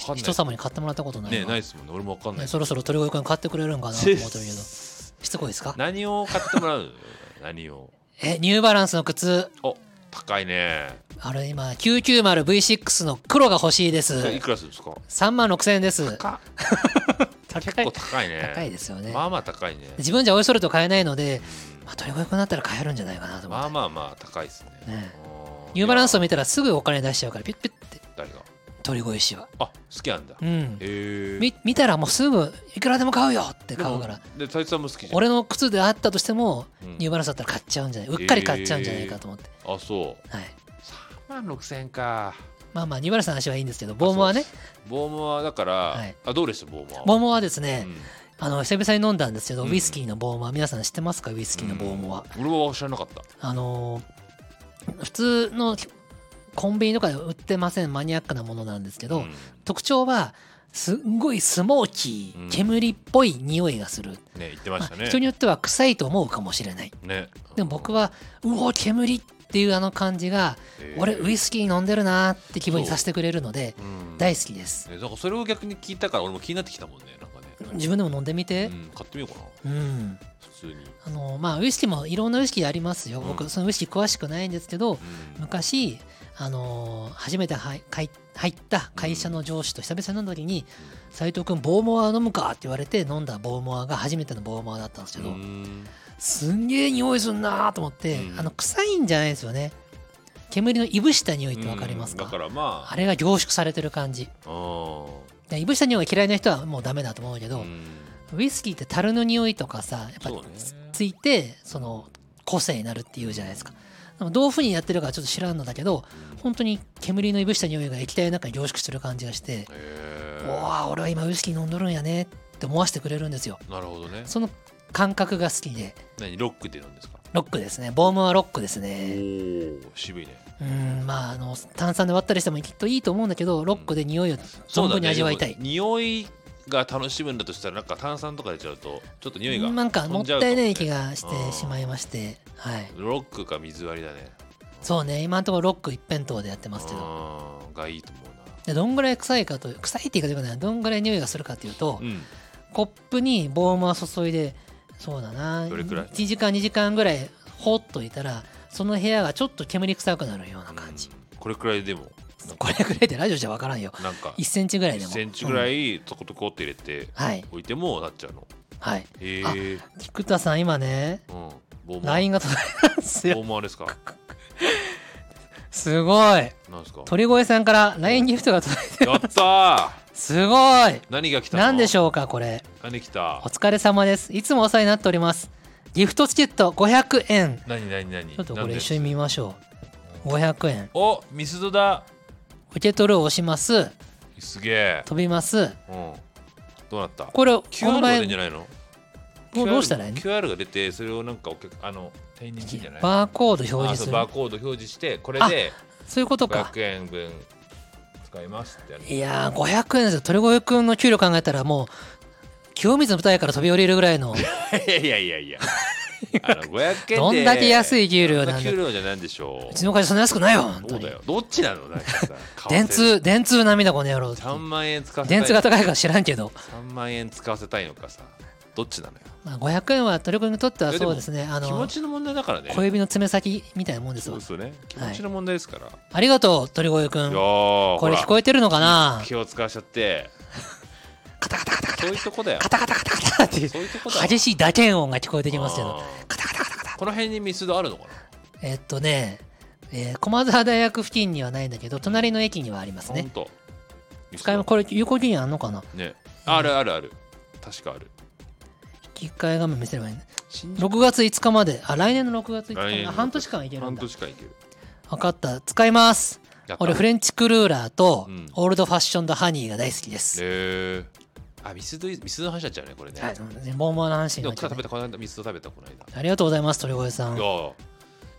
[SPEAKER 2] かんない。
[SPEAKER 1] 人様に買ってもらったことない
[SPEAKER 2] ね
[SPEAKER 1] な
[SPEAKER 2] ないですもんね。俺もわかんない。
[SPEAKER 1] ねそろそろ鳥越くん買ってくれるんかなと思ってるけどしつこいですか
[SPEAKER 2] 何を買ってもらう の何を。
[SPEAKER 1] えニューバランスの靴
[SPEAKER 2] お高いね。
[SPEAKER 1] あれ今 990V6 の黒が欲しいです
[SPEAKER 2] いくらするんですか
[SPEAKER 1] 3万6000円です
[SPEAKER 2] 高っ
[SPEAKER 1] 高
[SPEAKER 2] 結構
[SPEAKER 1] い
[SPEAKER 2] 高いね。
[SPEAKER 1] 高いですよね
[SPEAKER 2] まあまあ高いね。
[SPEAKER 1] 自分じゃおいそれと買えないので、
[SPEAKER 2] うん
[SPEAKER 1] まあ、鳥越くんだったら買えるんじゃないかなと思っ
[SPEAKER 2] ま
[SPEAKER 1] て、
[SPEAKER 2] あまあまあ高いですね。
[SPEAKER 1] ね
[SPEAKER 2] うん
[SPEAKER 1] ニューバランスを
[SPEAKER 2] いや
[SPEAKER 1] 見たらすぐお金出しちゃうからピュッピュッて
[SPEAKER 2] 誰が
[SPEAKER 1] 鳥越氏は
[SPEAKER 2] あ好きなんだ。
[SPEAKER 1] う
[SPEAKER 2] へ
[SPEAKER 1] ん
[SPEAKER 2] え。
[SPEAKER 1] み見たらもうすぐいくらでも買うよって
[SPEAKER 2] で
[SPEAKER 1] 買う
[SPEAKER 2] も
[SPEAKER 1] から
[SPEAKER 2] で太一さんも好きじゃん。
[SPEAKER 1] 俺の靴であったとしても
[SPEAKER 2] う
[SPEAKER 1] ニ
[SPEAKER 2] ん
[SPEAKER 1] ューバランスだったら買っちゃうんじゃないうっかり買っちゃうんじゃないかと思って、
[SPEAKER 2] あそう。
[SPEAKER 1] はい、
[SPEAKER 2] 3万6000円か。
[SPEAKER 1] まあまあニューバランスの話はいいんですけどボーモはね
[SPEAKER 2] ボーモアだから、
[SPEAKER 1] はい
[SPEAKER 2] あどうでしたボーモア
[SPEAKER 1] ボーモはですね、
[SPEAKER 2] うん
[SPEAKER 1] あの久々に飲んだんですけど、
[SPEAKER 2] うん
[SPEAKER 1] ウイスキーのボーモは皆さん知ってますかウイスキーのボーモは、
[SPEAKER 2] うん俺は知らなかった
[SPEAKER 1] あのー普通のコンビニとかで売ってませんマニアックなものなんですけど、
[SPEAKER 2] うん
[SPEAKER 1] 特徴はすんごいスモーキ
[SPEAKER 2] うん
[SPEAKER 1] ー煙っぽい匂いがする、
[SPEAKER 2] ね言ってま
[SPEAKER 1] ま
[SPEAKER 2] し
[SPEAKER 1] あ
[SPEAKER 2] たね、
[SPEAKER 1] 人によっては臭いと思うかもしれない
[SPEAKER 2] ね
[SPEAKER 1] でも僕はうお煙っていうあの感じが俺ウ
[SPEAKER 2] イ
[SPEAKER 1] イスキー飲んでるなーって気分にさせてくれるので大
[SPEAKER 2] 好
[SPEAKER 1] 好きです
[SPEAKER 2] きなんかそれを逆に聞いたから俺も気になってきたもんねなんかね
[SPEAKER 1] 自分でも飲んでみて
[SPEAKER 2] うん、買ってみようかな
[SPEAKER 1] うん
[SPEAKER 2] 普通に、うん
[SPEAKER 1] あのまあウイスキーもいろんなウイスキーありますよ
[SPEAKER 2] うん
[SPEAKER 1] 僕そのウイスキー詳しくないんですけ昔あのー初めて入入入った会社の上司と久々に飲んだ時に「斎藤君ボーモア飲むか?」って言われて飲んだボーモアが初めてのボーモアだったんですけ
[SPEAKER 2] う
[SPEAKER 1] ど、
[SPEAKER 2] ん
[SPEAKER 1] すんげえ匂いすんなーと思って、
[SPEAKER 2] うん
[SPEAKER 1] あの臭いんじゃないですよね煙のいぶした匂いってわかりますか,、
[SPEAKER 2] うんだからまあ
[SPEAKER 1] あれが凝縮されてる感じ
[SPEAKER 2] う
[SPEAKER 1] でいぶした匂いが嫌いな人はもうダメだと思うけど、
[SPEAKER 2] ん
[SPEAKER 1] ウイスキーって樽の匂いとかさやっぱ
[SPEAKER 2] そうね
[SPEAKER 1] つ,、いてその個性になるっていうじゃないですかでもどういうふうにやってるかちょっと知らんのだけど本当に煙のいぶした匂いが液体の中に凝縮する感じがして
[SPEAKER 2] へえ
[SPEAKER 1] 「おわ俺は今ウイスキー飲んどるんやね」って思わせてくれるんですよ
[SPEAKER 2] なるほどね
[SPEAKER 1] その感覚が好きで
[SPEAKER 2] 何ロックで飲んですか
[SPEAKER 1] ロックですねボームはロックです
[SPEAKER 2] お
[SPEAKER 1] ね
[SPEAKER 2] ー渋いね
[SPEAKER 1] うんまああの炭酸で割ったりしてもきっといいと思うんだけどロックで匂いを
[SPEAKER 2] そう
[SPEAKER 1] 存
[SPEAKER 2] だ
[SPEAKER 1] 分に
[SPEAKER 2] ね
[SPEAKER 1] 味わいたい、
[SPEAKER 2] でも匂いが楽しむんだとしたらなんか炭酸とか出ちゃうとちょっと匂いが
[SPEAKER 1] なんかも
[SPEAKER 2] 飛
[SPEAKER 1] っ
[SPEAKER 2] んじゃう
[SPEAKER 1] たいない
[SPEAKER 2] かも
[SPEAKER 1] 気
[SPEAKER 2] ね
[SPEAKER 1] がしてしまいましてはい
[SPEAKER 2] ロックか水割りだね
[SPEAKER 1] そうね今のところロック一辺倒でやってますけど
[SPEAKER 2] うんがいいと思うな
[SPEAKER 1] でどんぐらい臭いかという臭いって言い方よくないどんぐらい匂いがするかというと、
[SPEAKER 2] うん
[SPEAKER 1] コップにボームは注いでそうだな
[SPEAKER 2] どれくらい
[SPEAKER 1] 1時間2時間ぐらい放っといたらその部屋がちょっと煙臭くなるような感じ、
[SPEAKER 2] うんこれくらいでも
[SPEAKER 1] これぐらいでラジオじゃ分からんよ
[SPEAKER 2] なんか
[SPEAKER 1] 1センチぐらい
[SPEAKER 2] 1
[SPEAKER 1] でも
[SPEAKER 2] センチぐら
[SPEAKER 1] うん
[SPEAKER 2] いトコトコって入れて
[SPEAKER 1] はい
[SPEAKER 2] 置いてもなっちゃうの
[SPEAKER 1] はい
[SPEAKER 2] へ
[SPEAKER 1] あ
[SPEAKER 2] え
[SPEAKER 1] 菊田さん今ね
[SPEAKER 2] うんボーマー
[SPEAKER 1] LINE が届いたんです
[SPEAKER 2] ボ
[SPEAKER 1] よ
[SPEAKER 2] ーマーですか
[SPEAKER 1] すごい
[SPEAKER 2] なんですか
[SPEAKER 1] 鳥越さんから LINE ギフトが届いて
[SPEAKER 2] やったー
[SPEAKER 1] すごい
[SPEAKER 2] 何が来たの
[SPEAKER 1] 何でしょうかこれ
[SPEAKER 2] 何来た
[SPEAKER 1] お疲れ様ですいつもお世話になっておりますギフトチケット500円ち
[SPEAKER 2] 何何何
[SPEAKER 1] ょっとこれ一緒に
[SPEAKER 2] 何の
[SPEAKER 1] 見
[SPEAKER 2] や
[SPEAKER 1] ましょう500円
[SPEAKER 2] つおミスドだ
[SPEAKER 1] 受け取るを押します
[SPEAKER 2] すげえ
[SPEAKER 1] 飛びます
[SPEAKER 2] うんどうなった
[SPEAKER 1] これ
[SPEAKER 2] QR
[SPEAKER 1] 販
[SPEAKER 2] が
[SPEAKER 1] 売
[SPEAKER 2] 出んじゃないの
[SPEAKER 1] もうどうしたらいいの
[SPEAKER 2] QR が出てそれをなんかお客あの店員にじゃない
[SPEAKER 1] バーコード表
[SPEAKER 2] あ
[SPEAKER 1] 示
[SPEAKER 2] そ
[SPEAKER 1] す
[SPEAKER 2] う
[SPEAKER 1] る
[SPEAKER 2] バーコード表示してこれで
[SPEAKER 1] そういうことか
[SPEAKER 2] 500円分使いますってやる
[SPEAKER 1] いやー500円ですよ鳥越くんの給料考えたらもう清水の舞台から飛び降りるぐらいの
[SPEAKER 2] いやいやいやあの500円で
[SPEAKER 1] どんだけ安い給料なんだ
[SPEAKER 2] そん給料じゃないんでしょ
[SPEAKER 1] う
[SPEAKER 2] う
[SPEAKER 1] ちの会社そんな安くないよ本
[SPEAKER 2] そ
[SPEAKER 1] 当
[SPEAKER 2] う
[SPEAKER 1] に
[SPEAKER 2] だよどっちなのなんかさ
[SPEAKER 1] 電
[SPEAKER 2] 為替
[SPEAKER 1] 通電通涙この野郎
[SPEAKER 2] 3万円使わせ
[SPEAKER 1] 電通
[SPEAKER 2] た
[SPEAKER 1] が高
[SPEAKER 2] い
[SPEAKER 1] いから知らんけど、
[SPEAKER 2] 3万円使わせたいのかさどっちなのよ
[SPEAKER 1] まあ、500円は鳥越くんにとってはそうですねあ
[SPEAKER 2] 気持
[SPEAKER 1] の
[SPEAKER 2] ちの問題だからね
[SPEAKER 1] 小指の爪先みたいなもんです
[SPEAKER 2] そう
[SPEAKER 1] わ
[SPEAKER 2] ですよね気
[SPEAKER 1] はい
[SPEAKER 2] 持ちの問題ですから、
[SPEAKER 1] ありがとう鳥越く
[SPEAKER 2] い
[SPEAKER 1] ん
[SPEAKER 2] や
[SPEAKER 1] こ
[SPEAKER 2] ー
[SPEAKER 1] れ聞こえてるのかな
[SPEAKER 2] え気を使わしちゃって
[SPEAKER 1] カタカタカタカタ
[SPEAKER 2] そういうとこだよ
[SPEAKER 1] カタカタカタカタっていう
[SPEAKER 2] そういうとこだよ
[SPEAKER 1] 激しい打鍵音が聞こえてきますけど
[SPEAKER 2] あ
[SPEAKER 1] カタカタカタカタ
[SPEAKER 2] ーこの辺にミスドあるのか
[SPEAKER 1] えっとね、えー駒沢大学付近にはないんだけど隣の駅にはありま
[SPEAKER 2] な
[SPEAKER 1] す
[SPEAKER 2] 本
[SPEAKER 1] ね
[SPEAKER 2] 当
[SPEAKER 1] 使いこれ有効期限あんのかな
[SPEAKER 2] ねあるあるある確かある
[SPEAKER 1] 引き換え画面見せればいいね
[SPEAKER 2] 新宿
[SPEAKER 1] 6月5日まであ来年の6月5日
[SPEAKER 2] 来年
[SPEAKER 1] ま
[SPEAKER 2] の
[SPEAKER 1] で半年間いけるん
[SPEAKER 2] 半
[SPEAKER 1] だ
[SPEAKER 2] 年間いける
[SPEAKER 1] 分かった使います
[SPEAKER 2] やった
[SPEAKER 1] 俺フレンチクルーラーと
[SPEAKER 2] うん
[SPEAKER 1] オールドファッションドハニーが大好きです、
[SPEAKER 2] へえあミスドミスドの話になっちゃうねこれね、
[SPEAKER 1] はい、全ボーマーの話にな
[SPEAKER 2] でも
[SPEAKER 1] っちゃ
[SPEAKER 2] 草
[SPEAKER 1] うね
[SPEAKER 2] 食べたこの間ミスド食べたこの間
[SPEAKER 1] ありがとうございます鳥越さん
[SPEAKER 2] いやー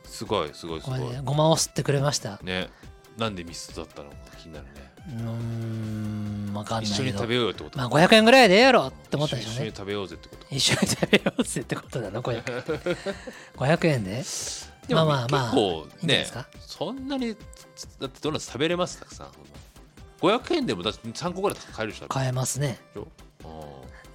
[SPEAKER 2] すごいすごいす
[SPEAKER 1] こ
[SPEAKER 2] ごい
[SPEAKER 1] れでごまを吸ってくれました
[SPEAKER 2] ねなんでミスドだったのか気になるね
[SPEAKER 1] うーん分かんない
[SPEAKER 2] 一
[SPEAKER 1] け
[SPEAKER 2] 緒に食
[SPEAKER 1] ど
[SPEAKER 2] べようよってこと
[SPEAKER 1] まあ500円ぐらいでええやろって思ったでし
[SPEAKER 2] 一
[SPEAKER 1] ょ
[SPEAKER 2] 緒
[SPEAKER 1] う
[SPEAKER 2] に
[SPEAKER 1] ね
[SPEAKER 2] 食べようぜってこと
[SPEAKER 1] 一緒に食べよう ぜってことだな500円500円で
[SPEAKER 2] でも
[SPEAKER 1] まあまあまあ
[SPEAKER 2] 結構
[SPEAKER 1] いいんじゃないで
[SPEAKER 2] ね
[SPEAKER 1] すか
[SPEAKER 2] そんなにだってドーナツ食べれますたくさん500円でもだって3個ぐらい買えるでしょ
[SPEAKER 1] 買えますね
[SPEAKER 2] うん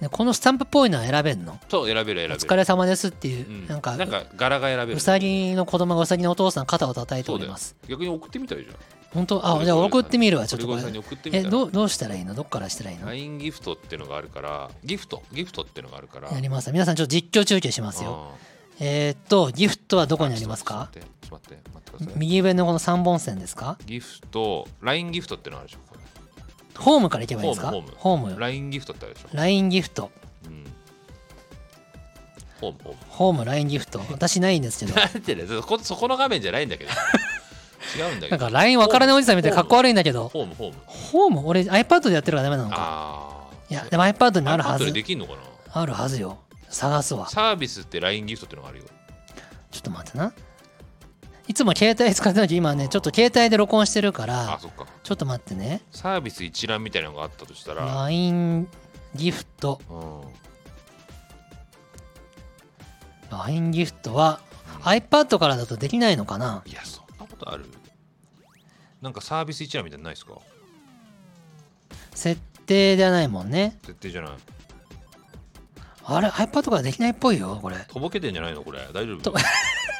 [SPEAKER 1] でこのスタンプっぽいのは選べんの
[SPEAKER 2] そう選べる選べ
[SPEAKER 1] お
[SPEAKER 2] る
[SPEAKER 1] 疲れ様ですっていう、
[SPEAKER 2] うん
[SPEAKER 1] なんか
[SPEAKER 2] なんか柄が選べる
[SPEAKER 1] うさぎの子供がうさぎのお父さん肩を叩いて
[SPEAKER 2] そ
[SPEAKER 1] お
[SPEAKER 2] うだ
[SPEAKER 1] り
[SPEAKER 2] よ
[SPEAKER 1] ます
[SPEAKER 2] 逆に送ってみたらいいじゃん
[SPEAKER 1] 本当
[SPEAKER 2] こ
[SPEAKER 1] あ
[SPEAKER 2] れ
[SPEAKER 1] じゃあ
[SPEAKER 2] これ
[SPEAKER 1] 送ってみるわちょっとこ
[SPEAKER 2] これ
[SPEAKER 1] れ
[SPEAKER 2] これさんに送ってみた
[SPEAKER 1] え
[SPEAKER 2] ら
[SPEAKER 1] どうどうしたらいいのどっからしたらいいの
[SPEAKER 2] LINE ギフトっていうのがあるからギフトギフトっていうのがあるから
[SPEAKER 1] やります皆さんちょっと実況中継しますよ
[SPEAKER 2] あー
[SPEAKER 1] えーっとギフトはどこにありますか
[SPEAKER 2] ちょっと待ってちょっと待って待ってください
[SPEAKER 1] 右上のこの3本線ですか
[SPEAKER 2] ギフト LINE ギフトってのあるでしょこ
[SPEAKER 1] ホームから行けばいいですか
[SPEAKER 2] ホーム
[SPEAKER 1] ホー
[SPEAKER 2] れ
[SPEAKER 1] ム
[SPEAKER 2] LINE ギフトってあるでしょ
[SPEAKER 1] LINE ギフト
[SPEAKER 2] うんホームホーム
[SPEAKER 1] ホーム LINE ギフト私ないんです けど
[SPEAKER 2] なんてねそこそこの画面じゃないんだけ ど違うんだけ
[SPEAKER 1] なん
[SPEAKER 2] ど
[SPEAKER 1] か LINE 分からないおじさんみたいでかっこ悪いんだけど
[SPEAKER 2] ホームホーム
[SPEAKER 1] ホーム俺 iPad でやってるからダメなのか
[SPEAKER 2] ああ
[SPEAKER 1] いやでも iPad にあるは
[SPEAKER 2] 後
[SPEAKER 1] ず
[SPEAKER 2] でできんのかな
[SPEAKER 1] あるはずよ探すわちょ
[SPEAKER 2] サービスって LINE ギフトってのがあるよ
[SPEAKER 1] っと待ってないつも携帯使ってないけど今ねちょっと携帯で録音してるか
[SPEAKER 2] あ
[SPEAKER 1] ら
[SPEAKER 2] そっか
[SPEAKER 1] ちょっと待ってね
[SPEAKER 2] サービス一覧みたいなのがあったとしたら
[SPEAKER 1] LINE ギフト
[SPEAKER 2] うん
[SPEAKER 1] LINE ギフトは iPad からだとできないのかない
[SPEAKER 2] やそんなことあるなんかサービス一覧みたいなのないですか
[SPEAKER 1] 設定じゃないもんね
[SPEAKER 2] 設定じゃない
[SPEAKER 1] あれ iPad からできないっぽいよこれ
[SPEAKER 2] とぼけてんじゃないのこれ大丈
[SPEAKER 1] と
[SPEAKER 2] 夫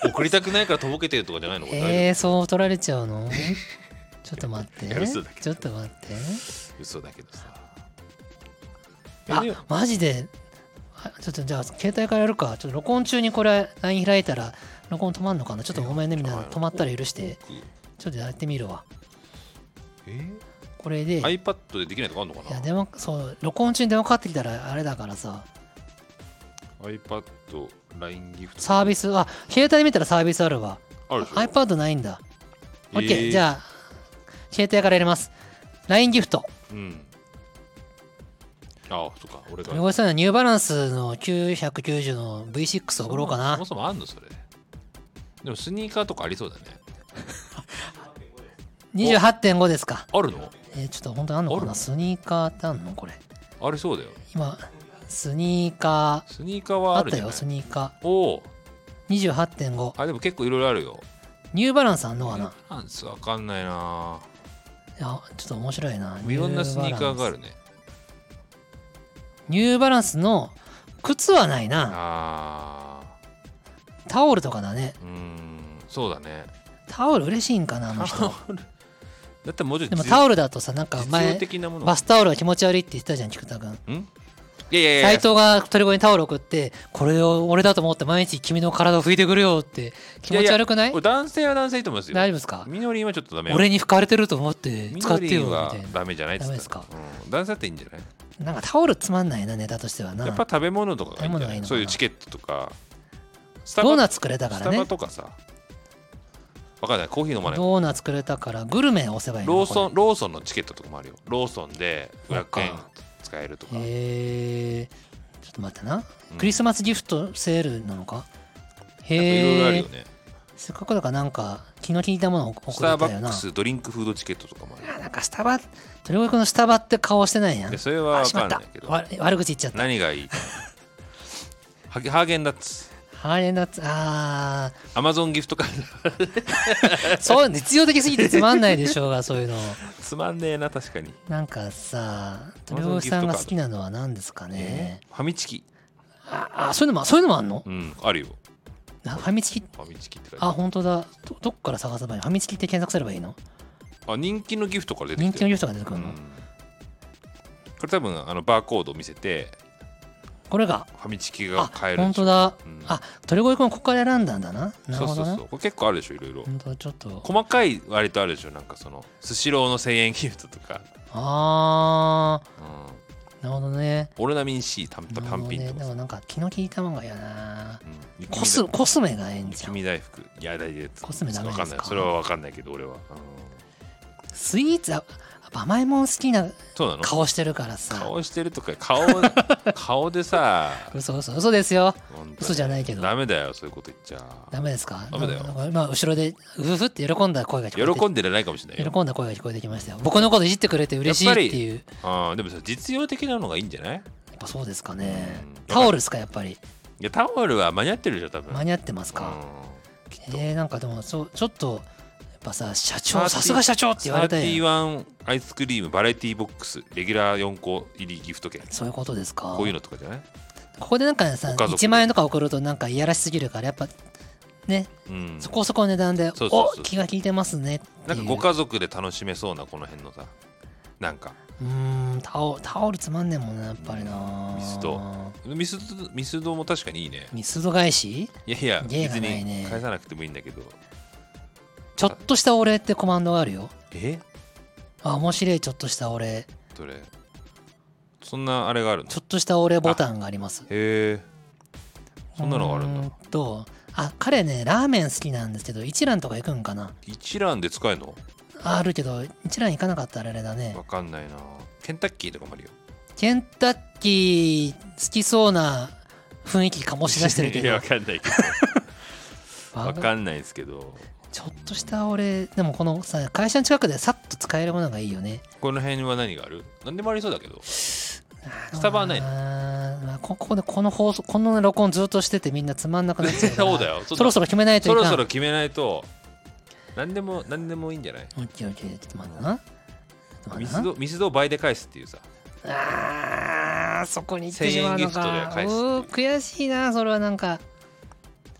[SPEAKER 2] 送りたくないからとぼけてるとかじゃないのこれ
[SPEAKER 1] えー、そう取られちゃうの ちょっと待って
[SPEAKER 2] いや嘘だけど
[SPEAKER 1] ちょっと待って
[SPEAKER 2] 大丈夫嘘だけどさ
[SPEAKER 1] あ
[SPEAKER 2] えで
[SPEAKER 1] マジであちょっとじゃあ携帯からやるかちょっと録音中にこれ LINE 開いたら録音止まんのかなちょっとごめんねみんな止まったら許してちょっとやってみるわ
[SPEAKER 2] え
[SPEAKER 1] これで
[SPEAKER 2] iPad でできないとかあるの
[SPEAKER 1] い
[SPEAKER 2] か
[SPEAKER 1] や
[SPEAKER 2] な
[SPEAKER 1] 電話そう録音中に電話かかってきたらあれだからさ
[SPEAKER 2] iPad、LINE ギフト
[SPEAKER 1] サービスあ携帯で見たらサービスあるわ
[SPEAKER 2] あるでしょ
[SPEAKER 1] iPad ないんだ OK、
[SPEAKER 2] えー
[SPEAKER 1] じゃあ携帯からやります LINE ギフト
[SPEAKER 2] うん。ああ、そっか、俺が。
[SPEAKER 1] 汚さんのニューバランスの990の V6 を送ろうか
[SPEAKER 2] そ
[SPEAKER 1] な
[SPEAKER 2] もそもあんのそれ。でもスニーカーとかありそうだね。
[SPEAKER 1] 28.5ですか
[SPEAKER 2] あるの
[SPEAKER 1] えーちょっと本当にあんのか
[SPEAKER 2] あ
[SPEAKER 1] な
[SPEAKER 2] る
[SPEAKER 1] スニーカーってあんのこれ
[SPEAKER 2] ありそうだよ。
[SPEAKER 1] 今スニーカ
[SPEAKER 2] スニーカー
[SPEAKER 1] ー
[SPEAKER 2] は
[SPEAKER 1] あ
[SPEAKER 2] あ
[SPEAKER 1] っ
[SPEAKER 2] る
[SPEAKER 1] た
[SPEAKER 2] じゃ
[SPEAKER 1] よ
[SPEAKER 2] ない
[SPEAKER 1] スニーカ
[SPEAKER 2] おお。
[SPEAKER 1] ー28.5
[SPEAKER 2] あ、でも結構いろいろあるよ。
[SPEAKER 1] ニューバランスあんのかな
[SPEAKER 2] パンツわかんないな。
[SPEAKER 1] いやちょっと面白いない
[SPEAKER 2] ろんなスニーカーがあるね。
[SPEAKER 1] ニューバランスの靴はないな
[SPEAKER 2] あ
[SPEAKER 1] タオルとかだね
[SPEAKER 2] あ。うーん、そうだね。
[SPEAKER 1] タオル嬉しいんかなあの人
[SPEAKER 2] だってもうちょっ
[SPEAKER 1] で
[SPEAKER 2] と
[SPEAKER 1] もタオルだとさなんか
[SPEAKER 2] 実用
[SPEAKER 1] 前
[SPEAKER 2] 的なもの。
[SPEAKER 1] バスタオルが気持ち悪いって言ってたじゃん菊田君
[SPEAKER 2] んいやいやいや
[SPEAKER 1] 斎。藤が鳥越にタオル送ってこれを俺だと思って毎日君の体を拭いてくるよって気持ち悪くない
[SPEAKER 2] ややこれ男性は男性いいと思いますよ。
[SPEAKER 1] 大丈夫ですか
[SPEAKER 2] みのりんはちょっとダメよ。
[SPEAKER 1] 俺に拭かれてると思って使ってよみ
[SPEAKER 2] みのりんは
[SPEAKER 1] たいな
[SPEAKER 2] ダメじゃないっつっ
[SPEAKER 1] ダ
[SPEAKER 2] た
[SPEAKER 1] メですか
[SPEAKER 2] うん、男性だっていいんじゃない
[SPEAKER 1] なんかタオルつまんないなネタとしてはな
[SPEAKER 2] やっぱ食べ物とかがいいんじ
[SPEAKER 1] 食べ物
[SPEAKER 2] ゃな
[SPEAKER 1] が
[SPEAKER 2] い
[SPEAKER 1] いいのかな
[SPEAKER 2] そういうチケットとかス
[SPEAKER 1] ドーナ
[SPEAKER 2] ツ
[SPEAKER 1] ツくれたか
[SPEAKER 2] ス
[SPEAKER 1] ら
[SPEAKER 2] タ
[SPEAKER 1] ね
[SPEAKER 2] バとかさわかんないコーヒー飲まない
[SPEAKER 1] ドーナツくれたからグルメ押せばいいの
[SPEAKER 2] ローソ
[SPEAKER 1] こ
[SPEAKER 2] ンローソンのチケットとかもあるよローソンで
[SPEAKER 1] そっか
[SPEAKER 2] 500円使えるとか
[SPEAKER 1] れへえちょっと待ってな
[SPEAKER 2] うん
[SPEAKER 1] クリスマスギフトセールなのか
[SPEAKER 2] いろいろあ
[SPEAKER 1] へ
[SPEAKER 2] る
[SPEAKER 1] え
[SPEAKER 2] よね
[SPEAKER 1] せっかくだからなんか気の利いたものを送り
[SPEAKER 2] スタ
[SPEAKER 1] た
[SPEAKER 2] ーバ
[SPEAKER 1] いよ
[SPEAKER 2] ッ
[SPEAKER 1] な
[SPEAKER 2] クスドリンクフードチケットとかもある
[SPEAKER 1] あなんかスタバ鳥越くんのスタバって顔してないやん
[SPEAKER 2] でそれは
[SPEAKER 1] あ
[SPEAKER 2] わ
[SPEAKER 1] しま
[SPEAKER 2] か
[SPEAKER 1] っ
[SPEAKER 2] んな
[SPEAKER 1] た
[SPEAKER 2] いけど
[SPEAKER 1] わ悪口言っちゃった
[SPEAKER 2] 何がいいハゲハーゲンダッツ
[SPEAKER 1] ハーレンダッツあ
[SPEAKER 2] アマゾンギフトカード
[SPEAKER 1] あそう実用的すぎてつまんないでし ょうがそういうの
[SPEAKER 2] つまんねえな確かに
[SPEAKER 1] なんかさ鳥
[SPEAKER 2] Amazon
[SPEAKER 1] 越さんが
[SPEAKER 2] ギフトカード
[SPEAKER 1] 好きなのは何ですかね
[SPEAKER 2] ファミチキ
[SPEAKER 1] ああそういうのもそういうのもあんの
[SPEAKER 2] うんあるよ
[SPEAKER 1] なファミチキ
[SPEAKER 2] ファミチキって書いてあ
[SPEAKER 1] あ本当だどどっから探せばいいのファミチキって検索すればいいの
[SPEAKER 2] るあ人気のギフトから出てき
[SPEAKER 1] 人
[SPEAKER 2] て
[SPEAKER 1] 気のギフトが出てくるの、
[SPEAKER 2] うんこれ多分あのバーコードを見せて
[SPEAKER 1] これが
[SPEAKER 2] ファミチキが
[SPEAKER 1] あ
[SPEAKER 2] 買えるん
[SPEAKER 1] 本
[SPEAKER 2] でしょ
[SPEAKER 1] 当だ、
[SPEAKER 2] うん
[SPEAKER 1] あ鳥越くんここから選んだんだななるほどな
[SPEAKER 2] そうそうそうこれ結構あるでしょいろいろ
[SPEAKER 1] 本当だちょっと
[SPEAKER 2] 細かい割とあるでしょなんかそのスシローの1000円ギフトとか、
[SPEAKER 1] あ
[SPEAKER 2] うん、
[SPEAKER 1] ーなるほどね
[SPEAKER 2] オルナミン C 単
[SPEAKER 1] なるほ
[SPEAKER 2] 単
[SPEAKER 1] ど
[SPEAKER 2] 品
[SPEAKER 1] ね
[SPEAKER 2] と
[SPEAKER 1] で
[SPEAKER 2] かさ
[SPEAKER 1] もなんか気の利いたもんが嫌な
[SPEAKER 2] うん雪見
[SPEAKER 1] コスコスメがええんじゃ
[SPEAKER 2] 雪
[SPEAKER 1] ん
[SPEAKER 2] 見大福いや大事です
[SPEAKER 1] コスメダメですか
[SPEAKER 2] わんないそれは分かんないけど俺は、うん
[SPEAKER 1] スイーツあやっぱ甘いもん好きな
[SPEAKER 2] そうなの
[SPEAKER 1] 顔してるからさ
[SPEAKER 2] 顔してるとか 顔顔でさ
[SPEAKER 1] 嘘嘘嘘ですよ
[SPEAKER 2] ほんと
[SPEAKER 1] 嘘じゃないけど
[SPEAKER 2] ダメだよそういうこと言っちゃ
[SPEAKER 1] ダメですか
[SPEAKER 2] ダメだよ
[SPEAKER 1] なんか今後ろでうふふって喜んだ声が聞こえて
[SPEAKER 2] 喜んでられないかもしれないよ
[SPEAKER 1] 喜んだ声が聞こえてきましたよ僕のこといじってくれて嬉しいっていうやっ
[SPEAKER 2] あーでもさ実用的なのがいいんじゃない
[SPEAKER 1] ぱそうですかね
[SPEAKER 2] うん
[SPEAKER 1] タオルですかやっぱり
[SPEAKER 2] いやタオルは間に合ってるでしょ多分
[SPEAKER 1] 間に合ってます
[SPEAKER 2] う
[SPEAKER 1] か、
[SPEAKER 2] んきっと
[SPEAKER 1] えー、なんかでもそうちょっとやっぱさ社長
[SPEAKER 2] 30
[SPEAKER 1] さすが社長って言われたい
[SPEAKER 2] 31アイスクリームバラエティボックスレギュラー4個入りギフト券
[SPEAKER 1] そういうことですか
[SPEAKER 2] こういうのとかじゃない
[SPEAKER 1] ここでなんかさ
[SPEAKER 2] ご家族
[SPEAKER 1] 1万円とか送るとなんかいやらしすぎるからやっぱね
[SPEAKER 2] うん
[SPEAKER 1] そこそこの値段で
[SPEAKER 2] そうそうそう
[SPEAKER 1] お気が利いてますねっていう
[SPEAKER 2] なんかご家族で楽しめそうなこの辺のさなんか
[SPEAKER 1] うーんタオタオルつまんねえもんなやっぱりな
[SPEAKER 2] ミスドミスドミスドも確かにいいね
[SPEAKER 1] ミスド返し
[SPEAKER 2] いやいや
[SPEAKER 1] 芸が
[SPEAKER 2] 別
[SPEAKER 1] ないね
[SPEAKER 2] に返さなくてもいいんだけど
[SPEAKER 1] ちょっとしたお礼ってコマンドがあるよ
[SPEAKER 2] え
[SPEAKER 1] あ面白いちょっとしたお礼
[SPEAKER 2] どれそんなあれがあるのへ
[SPEAKER 1] ちょっとしたお礼ボタンがあります
[SPEAKER 2] えそんなのがあるんだ
[SPEAKER 1] うーとあ彼ねラーメン好きなんですけど一蘭とか行くんかな
[SPEAKER 2] 一覧で使えるの
[SPEAKER 1] ああるけど一蘭行かなかったらあれだね
[SPEAKER 2] わかんないなケンタッキーとかもあるよ
[SPEAKER 1] ケンタッキー好きそうな雰囲気醸し出してるけ
[SPEAKER 2] いや
[SPEAKER 1] ど
[SPEAKER 2] わかんないけどわかんないですけど
[SPEAKER 1] ちょっとした俺でもこのさ会社の近くでさっと使えるものがいいよね
[SPEAKER 2] この辺は何がある何でもありそうだけどスタバはないの
[SPEAKER 1] あーまあこここでこの放送この録音ずっとしててみんなつまんなくなっちゃうから
[SPEAKER 2] そうだよそ うだ
[SPEAKER 1] そろそろ決めないとい
[SPEAKER 2] そ
[SPEAKER 1] かん
[SPEAKER 2] ろそろ決めないと何でも何でもいいんじゃない
[SPEAKER 1] オッケーオッケーちょっと待ってなちょっと待
[SPEAKER 2] ミ
[SPEAKER 1] って
[SPEAKER 2] ス
[SPEAKER 1] な
[SPEAKER 2] ドミスドを倍で返すっていうさ
[SPEAKER 1] あーそこに行ってしまう
[SPEAKER 2] 1000円ギ
[SPEAKER 1] の
[SPEAKER 2] フトで
[SPEAKER 1] か
[SPEAKER 2] 返す
[SPEAKER 1] うー悔しいなそれはなんか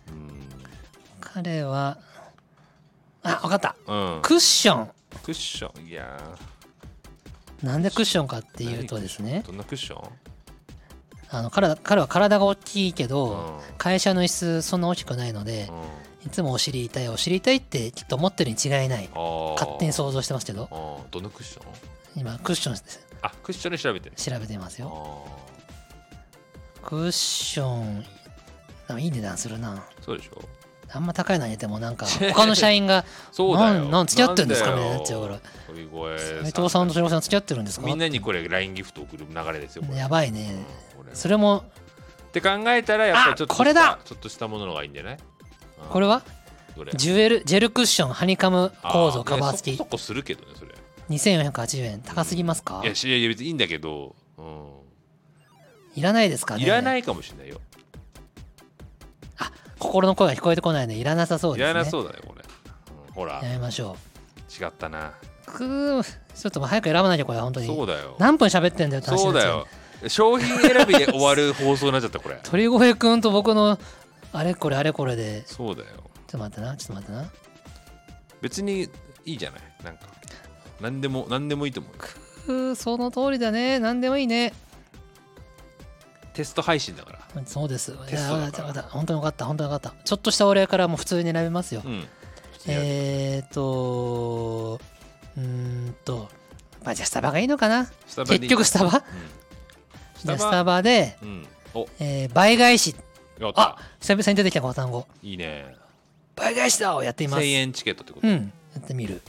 [SPEAKER 2] うん
[SPEAKER 1] か彼はあ分かった
[SPEAKER 2] うん
[SPEAKER 1] クッション
[SPEAKER 2] クッションいや
[SPEAKER 1] なんでクッションかって
[SPEAKER 2] ー
[SPEAKER 1] いうとですね
[SPEAKER 2] どんなクッション
[SPEAKER 1] あの彼は彼は体が大きいけ
[SPEAKER 2] う
[SPEAKER 1] ど
[SPEAKER 2] ん
[SPEAKER 1] 会社の椅子そんな大きくないので
[SPEAKER 2] うん
[SPEAKER 1] いつもお尻痛いお尻痛いってきっと思ってるに違いない
[SPEAKER 2] あ
[SPEAKER 1] 勝手に
[SPEAKER 2] う
[SPEAKER 1] 想像してますけど
[SPEAKER 2] どんなクッション
[SPEAKER 1] 今クッションです
[SPEAKER 2] あクッションで調べてる
[SPEAKER 1] 調べてます
[SPEAKER 2] あ
[SPEAKER 1] よ
[SPEAKER 2] ー
[SPEAKER 1] クッションなんかいい値段するな
[SPEAKER 2] そうでしょ
[SPEAKER 1] あんま高いのあげても なんか他の社員が
[SPEAKER 2] そうだよ
[SPEAKER 1] なんなん付き合ってんですか
[SPEAKER 2] だ
[SPEAKER 1] み
[SPEAKER 2] よ
[SPEAKER 1] たいになっちゃうから
[SPEAKER 2] 鳥越
[SPEAKER 1] 斎藤さんと白尾さん付き合ってるんですか
[SPEAKER 2] みんなにこれ LINE ギフト送る流れですよこれ
[SPEAKER 1] やばいねそれも
[SPEAKER 2] って考えたらやっぱりちょっと
[SPEAKER 1] あこれだ
[SPEAKER 2] ちょっとしたものの方がいいんじゃないうん
[SPEAKER 1] これは
[SPEAKER 2] どれ
[SPEAKER 1] ジュエルジェルクッションハニカム構造
[SPEAKER 2] あー
[SPEAKER 1] カバー
[SPEAKER 2] ね
[SPEAKER 1] 付き
[SPEAKER 2] そそこするけどねそれ
[SPEAKER 1] 2480円高すぎますか
[SPEAKER 2] いや知り合い別にいいんだけど、う
[SPEAKER 1] いらないですか
[SPEAKER 2] ん、
[SPEAKER 1] ね
[SPEAKER 2] いら
[SPEAKER 1] い
[SPEAKER 2] ないかもしれないよ、
[SPEAKER 1] 心の声が聞こえてこないのでいらなさそう
[SPEAKER 2] い
[SPEAKER 1] ですね
[SPEAKER 2] らなそうだねこれ、うんほら
[SPEAKER 1] やめましょ
[SPEAKER 2] 違ったな
[SPEAKER 1] うくーちょっともう早く選ばなきゃこれ本当
[SPEAKER 2] そう
[SPEAKER 1] に
[SPEAKER 2] だよ
[SPEAKER 1] 何分喋ってんだよって話に
[SPEAKER 2] そう
[SPEAKER 1] なっ
[SPEAKER 2] だ
[SPEAKER 1] ちゃ
[SPEAKER 2] よ商品選びで終わる放送になっちゃったこれ
[SPEAKER 1] 鳥越くんと僕のあれこれあれこれで
[SPEAKER 2] そうだよ
[SPEAKER 1] ちょっと待ってなちょっと待ってな
[SPEAKER 2] 別にいいじゃないなんか何でも何でもいいと思うよ
[SPEAKER 1] うーその通りだね何でもいいね
[SPEAKER 2] テスト配信だから
[SPEAKER 1] そうですい
[SPEAKER 2] テ
[SPEAKER 1] や
[SPEAKER 2] スト
[SPEAKER 1] わかった
[SPEAKER 2] だから
[SPEAKER 1] わかった本当によかった本当によかったちょっとしたお礼からもう普通に選びますよ、
[SPEAKER 2] うん
[SPEAKER 1] えーとうーんとまあじゃあスタバがいいのかな
[SPEAKER 2] スタバでい
[SPEAKER 1] 結
[SPEAKER 2] い
[SPEAKER 1] 局スタバ
[SPEAKER 2] ス
[SPEAKER 1] じゃ
[SPEAKER 2] タ
[SPEAKER 1] あ
[SPEAKER 2] バ
[SPEAKER 1] スタバで、
[SPEAKER 2] うんお
[SPEAKER 1] えー倍返し
[SPEAKER 2] やった
[SPEAKER 1] あ久々に出てきたこの単語
[SPEAKER 2] いいね
[SPEAKER 1] 倍返しだをやってみます
[SPEAKER 2] 1000円チケットってこと
[SPEAKER 1] う
[SPEAKER 2] うんん、
[SPEAKER 1] やってみる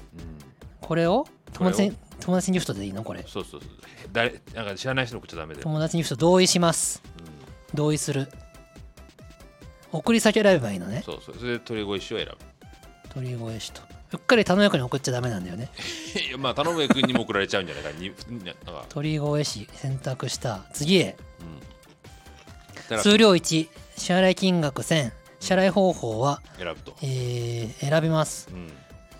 [SPEAKER 1] これを友達に友達にギフトでいいのこれ
[SPEAKER 2] そうそうそう誰なんか知らない人のことじゃダメだよ、
[SPEAKER 1] 友達にギフト同意します
[SPEAKER 2] うん
[SPEAKER 1] 同意する送り先選べばいいのね
[SPEAKER 2] そうそうそれで鳥越石を選ぶ
[SPEAKER 1] 鳥越氏とうっかり田之江君に送っちゃダメなんだよね
[SPEAKER 2] いやまあ田上君にも送られちゃうんじゃないかにになんか、
[SPEAKER 1] 鳥越氏選択した次へ
[SPEAKER 2] うん、だから
[SPEAKER 1] 数量1支払い金額1000支払い方法は、
[SPEAKER 2] 選ぶと、
[SPEAKER 1] えー選びます
[SPEAKER 2] うん、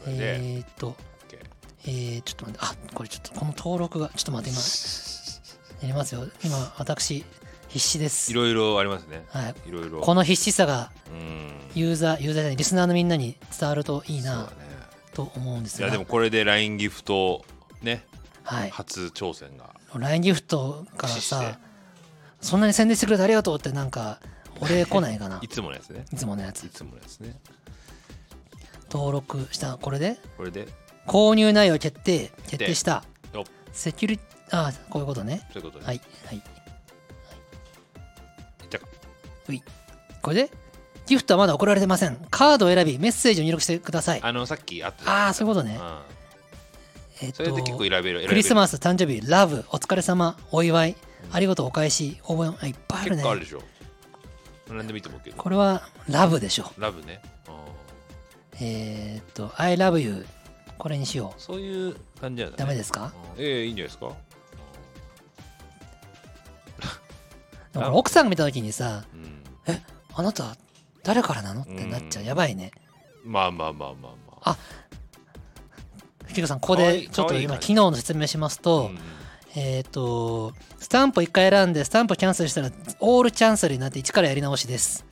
[SPEAKER 2] これで、
[SPEAKER 1] えー、っと
[SPEAKER 2] OK
[SPEAKER 1] えー、ちょっと待ってあこれちょっとこの登録がちょっと待って今やりますよ今私必死です
[SPEAKER 2] いろいろありますね
[SPEAKER 1] はい
[SPEAKER 2] いろいろ
[SPEAKER 1] この必死さが
[SPEAKER 2] うん
[SPEAKER 1] ユーザーユーザーじゃないリスナーのみんなに伝わるといい
[SPEAKER 2] そう
[SPEAKER 1] な
[SPEAKER 2] だね
[SPEAKER 1] と思うんで
[SPEAKER 2] い
[SPEAKER 1] す
[SPEAKER 2] や
[SPEAKER 1] が
[SPEAKER 2] でもこれで LINE ギフトね
[SPEAKER 1] はい
[SPEAKER 2] 初挑戦が
[SPEAKER 1] LINE ギフトから
[SPEAKER 2] 駆使し
[SPEAKER 1] さ
[SPEAKER 2] て
[SPEAKER 1] そんなに宣伝してくれてありがとうってなんかお礼来ないかな
[SPEAKER 2] いつものやつね
[SPEAKER 1] いつものやつ
[SPEAKER 2] いつものやつね
[SPEAKER 1] 登録したこれで
[SPEAKER 2] これで
[SPEAKER 1] 購入内容決定決定した
[SPEAKER 2] よっ
[SPEAKER 1] セキュリあこういうことね
[SPEAKER 2] ということで、
[SPEAKER 1] はいはい
[SPEAKER 2] いったか
[SPEAKER 1] ういこれでギフトはまだ送られてませんカードを選びメッセージを入力してください
[SPEAKER 2] あのさっきあったじゃん
[SPEAKER 1] ああーそういうことね
[SPEAKER 2] うん
[SPEAKER 1] えっ
[SPEAKER 2] それで結構選べる選べる
[SPEAKER 1] クリスマス誕生日ラブお疲れ様お祝いありがとうお返し応援あいっぱいある
[SPEAKER 2] 結
[SPEAKER 1] ね
[SPEAKER 2] 構あるでしょ何でもいいと思うけど
[SPEAKER 1] これはラブでしょ
[SPEAKER 2] ラブねうん
[SPEAKER 1] えーっと I love you これにしよ
[SPEAKER 2] そういう感じなんだ、ね、
[SPEAKER 1] うダメですか
[SPEAKER 2] うんええいいんじゃないですか
[SPEAKER 1] でもこれ奥さんが見た時にさ
[SPEAKER 2] うん
[SPEAKER 1] あなた誰からなのってなっちゃう
[SPEAKER 2] うん
[SPEAKER 1] やばいね
[SPEAKER 2] まあまあまあまあまあ
[SPEAKER 1] 藤子さんここ
[SPEAKER 2] かわい
[SPEAKER 1] で
[SPEAKER 2] い
[SPEAKER 1] ちょっ
[SPEAKER 2] か
[SPEAKER 1] と
[SPEAKER 2] わいい
[SPEAKER 1] 今
[SPEAKER 2] 感じ
[SPEAKER 1] 機能の説明しますと、
[SPEAKER 2] うん
[SPEAKER 1] えーっとスタンプ1回選んでスタンプキャンセルしたらオールキャンセルになって1からやり直しです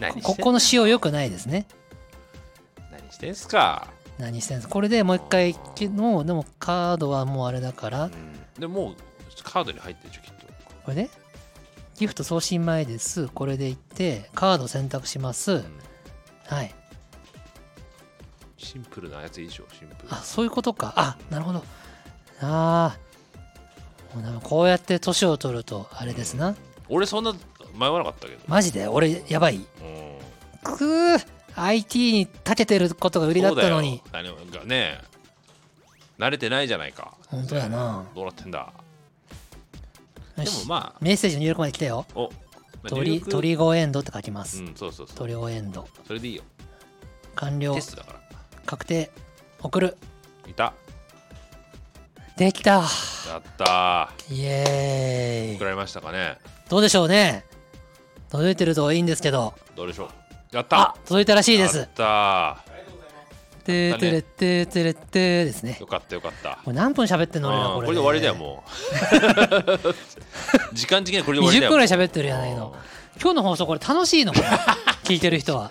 [SPEAKER 2] 何してん
[SPEAKER 1] ここの仕様良くないですね
[SPEAKER 2] 何してんすか、
[SPEAKER 1] 何してんすこれでもう一回きのでもカードはもうあれだから
[SPEAKER 2] うん、でもうカードに入ってるでしょきっと
[SPEAKER 1] これでギフト送信前ですこれでいってカード選択します
[SPEAKER 2] うん
[SPEAKER 1] はい
[SPEAKER 2] シンプルなやついいでしょシンプル
[SPEAKER 1] あそういうことかあなるほどあーもうなんかこうやって年を取るとあれですな
[SPEAKER 2] 俺そんな迷わなかったけど、
[SPEAKER 1] マジで俺やばい
[SPEAKER 2] うん
[SPEAKER 1] くー IT に長けてることが売りだったのに
[SPEAKER 2] そうだよあのなんかね慣れてないじゃないか
[SPEAKER 1] 本当だな
[SPEAKER 2] どうなってんだ
[SPEAKER 1] よ
[SPEAKER 2] でも
[SPEAKER 1] し
[SPEAKER 2] まあ
[SPEAKER 1] メッセージの入力まで来たよ
[SPEAKER 2] お
[SPEAKER 1] 鳥
[SPEAKER 2] 入力
[SPEAKER 1] 鳥語エンドって書きます
[SPEAKER 2] うんそうそうそう
[SPEAKER 1] 鳥語エンド
[SPEAKER 2] それでいいよ
[SPEAKER 1] 完了
[SPEAKER 2] テストだか
[SPEAKER 1] 確定送る
[SPEAKER 2] らいた
[SPEAKER 1] できた
[SPEAKER 2] やった
[SPEAKER 1] イエ
[SPEAKER 2] ー
[SPEAKER 1] ーイ
[SPEAKER 2] 送られましたかね
[SPEAKER 1] どうでしょうね届いてるといいんですけど
[SPEAKER 2] どうでしょうやった
[SPEAKER 1] あ届いたらしいで
[SPEAKER 2] や
[SPEAKER 1] す
[SPEAKER 2] ったー
[SPEAKER 1] てーてれってーてれってーですね
[SPEAKER 2] よかったよかった
[SPEAKER 1] これ何分喋ってんの俺ら
[SPEAKER 2] うん
[SPEAKER 1] こ
[SPEAKER 2] こ
[SPEAKER 1] れ
[SPEAKER 2] れで終わりだよも う時間的にはこれで終わりだ
[SPEAKER 1] 20
[SPEAKER 2] よ
[SPEAKER 1] 分ぐらい喋ってるやないの
[SPEAKER 2] うん
[SPEAKER 1] 今日の放送これ楽しいのこれ 聞いてる人は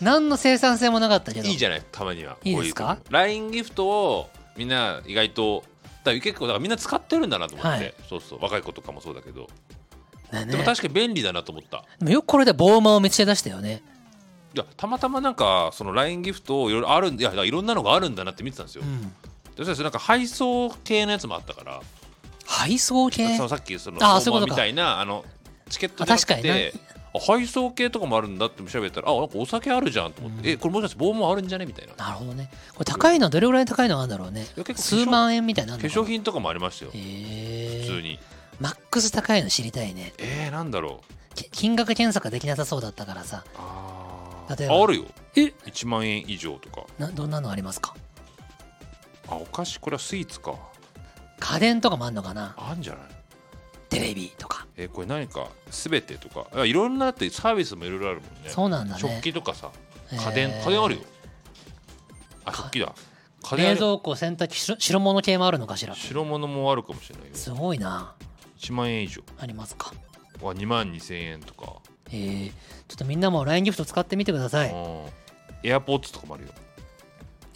[SPEAKER 1] 何の生産性もなかったけど
[SPEAKER 2] いいじゃないたまにはい
[SPEAKER 1] いですか
[SPEAKER 2] こういうの LINE ギフトをみんな意外とだから結構だからみんな使ってるんだなと思っ
[SPEAKER 1] は
[SPEAKER 2] て、
[SPEAKER 1] い
[SPEAKER 2] そうそう若い子とかもそうだけど、
[SPEAKER 1] ね
[SPEAKER 2] でも確かに便利だなと思った
[SPEAKER 1] でもよくこれでボーマーをめっちゃ出したよね
[SPEAKER 2] いやたまたまなんかその LINE ギフトをいろいろあるんいやだからいろんなのがあるんだなって見てたんですよ、
[SPEAKER 1] うん
[SPEAKER 2] そしたらなんか配送系のやつもあったから、
[SPEAKER 1] 配送系
[SPEAKER 2] そのさっきその
[SPEAKER 1] あー
[SPEAKER 2] 相
[SPEAKER 1] そういうこ
[SPEAKER 2] 馬
[SPEAKER 1] と
[SPEAKER 2] み
[SPEAKER 1] か
[SPEAKER 2] たいなあのチケットじゃなく
[SPEAKER 1] あ確かに
[SPEAKER 2] てあ配送系とかもあるんだって調べたらあなんかお酒あるじゃんと思って、えこれもしかして棒もあるんじゃねみたいな化
[SPEAKER 1] なるほどねこれ高いのはどれぐらい高いのがあるんだろうね
[SPEAKER 2] いや結構化粧
[SPEAKER 1] 数万円みたいなのあんのかな
[SPEAKER 2] 粧品とかもありましたよ、
[SPEAKER 1] へ
[SPEAKER 2] 普通
[SPEAKER 1] え
[SPEAKER 2] に
[SPEAKER 1] マックス高いの知りたいね
[SPEAKER 2] えー、なんだろう
[SPEAKER 1] き金額検索ができなさそうだったからさ
[SPEAKER 2] あ
[SPEAKER 1] 例え
[SPEAKER 2] ー
[SPEAKER 1] ば
[SPEAKER 2] あるよ
[SPEAKER 1] え
[SPEAKER 2] 1万円以上とか
[SPEAKER 1] などんなのありますか
[SPEAKER 2] あお菓子これはスイーツか
[SPEAKER 1] 家電とかもあんのかな
[SPEAKER 2] あんじゃない
[SPEAKER 1] テレビとか
[SPEAKER 2] えーこれ何か全てとかあいろんなだってサービスもいろいろあるもんね
[SPEAKER 1] そうなんだね
[SPEAKER 2] 食器とかさ
[SPEAKER 1] へー
[SPEAKER 2] 家電家電あるよあ
[SPEAKER 1] か
[SPEAKER 2] 食器だ家電あ
[SPEAKER 1] 冷
[SPEAKER 2] るよ
[SPEAKER 1] 蔵庫洗濯機白白物系もあるのかしら
[SPEAKER 2] 白物もあるかもしれないよ
[SPEAKER 1] すごいな
[SPEAKER 2] 1万円以上
[SPEAKER 1] ありますか
[SPEAKER 2] は2万2000円とか、
[SPEAKER 1] えー、ちょっとみんなも LINE ギフト使ってみてくださ
[SPEAKER 2] う
[SPEAKER 1] い
[SPEAKER 2] んエアポッツとかもあるよ、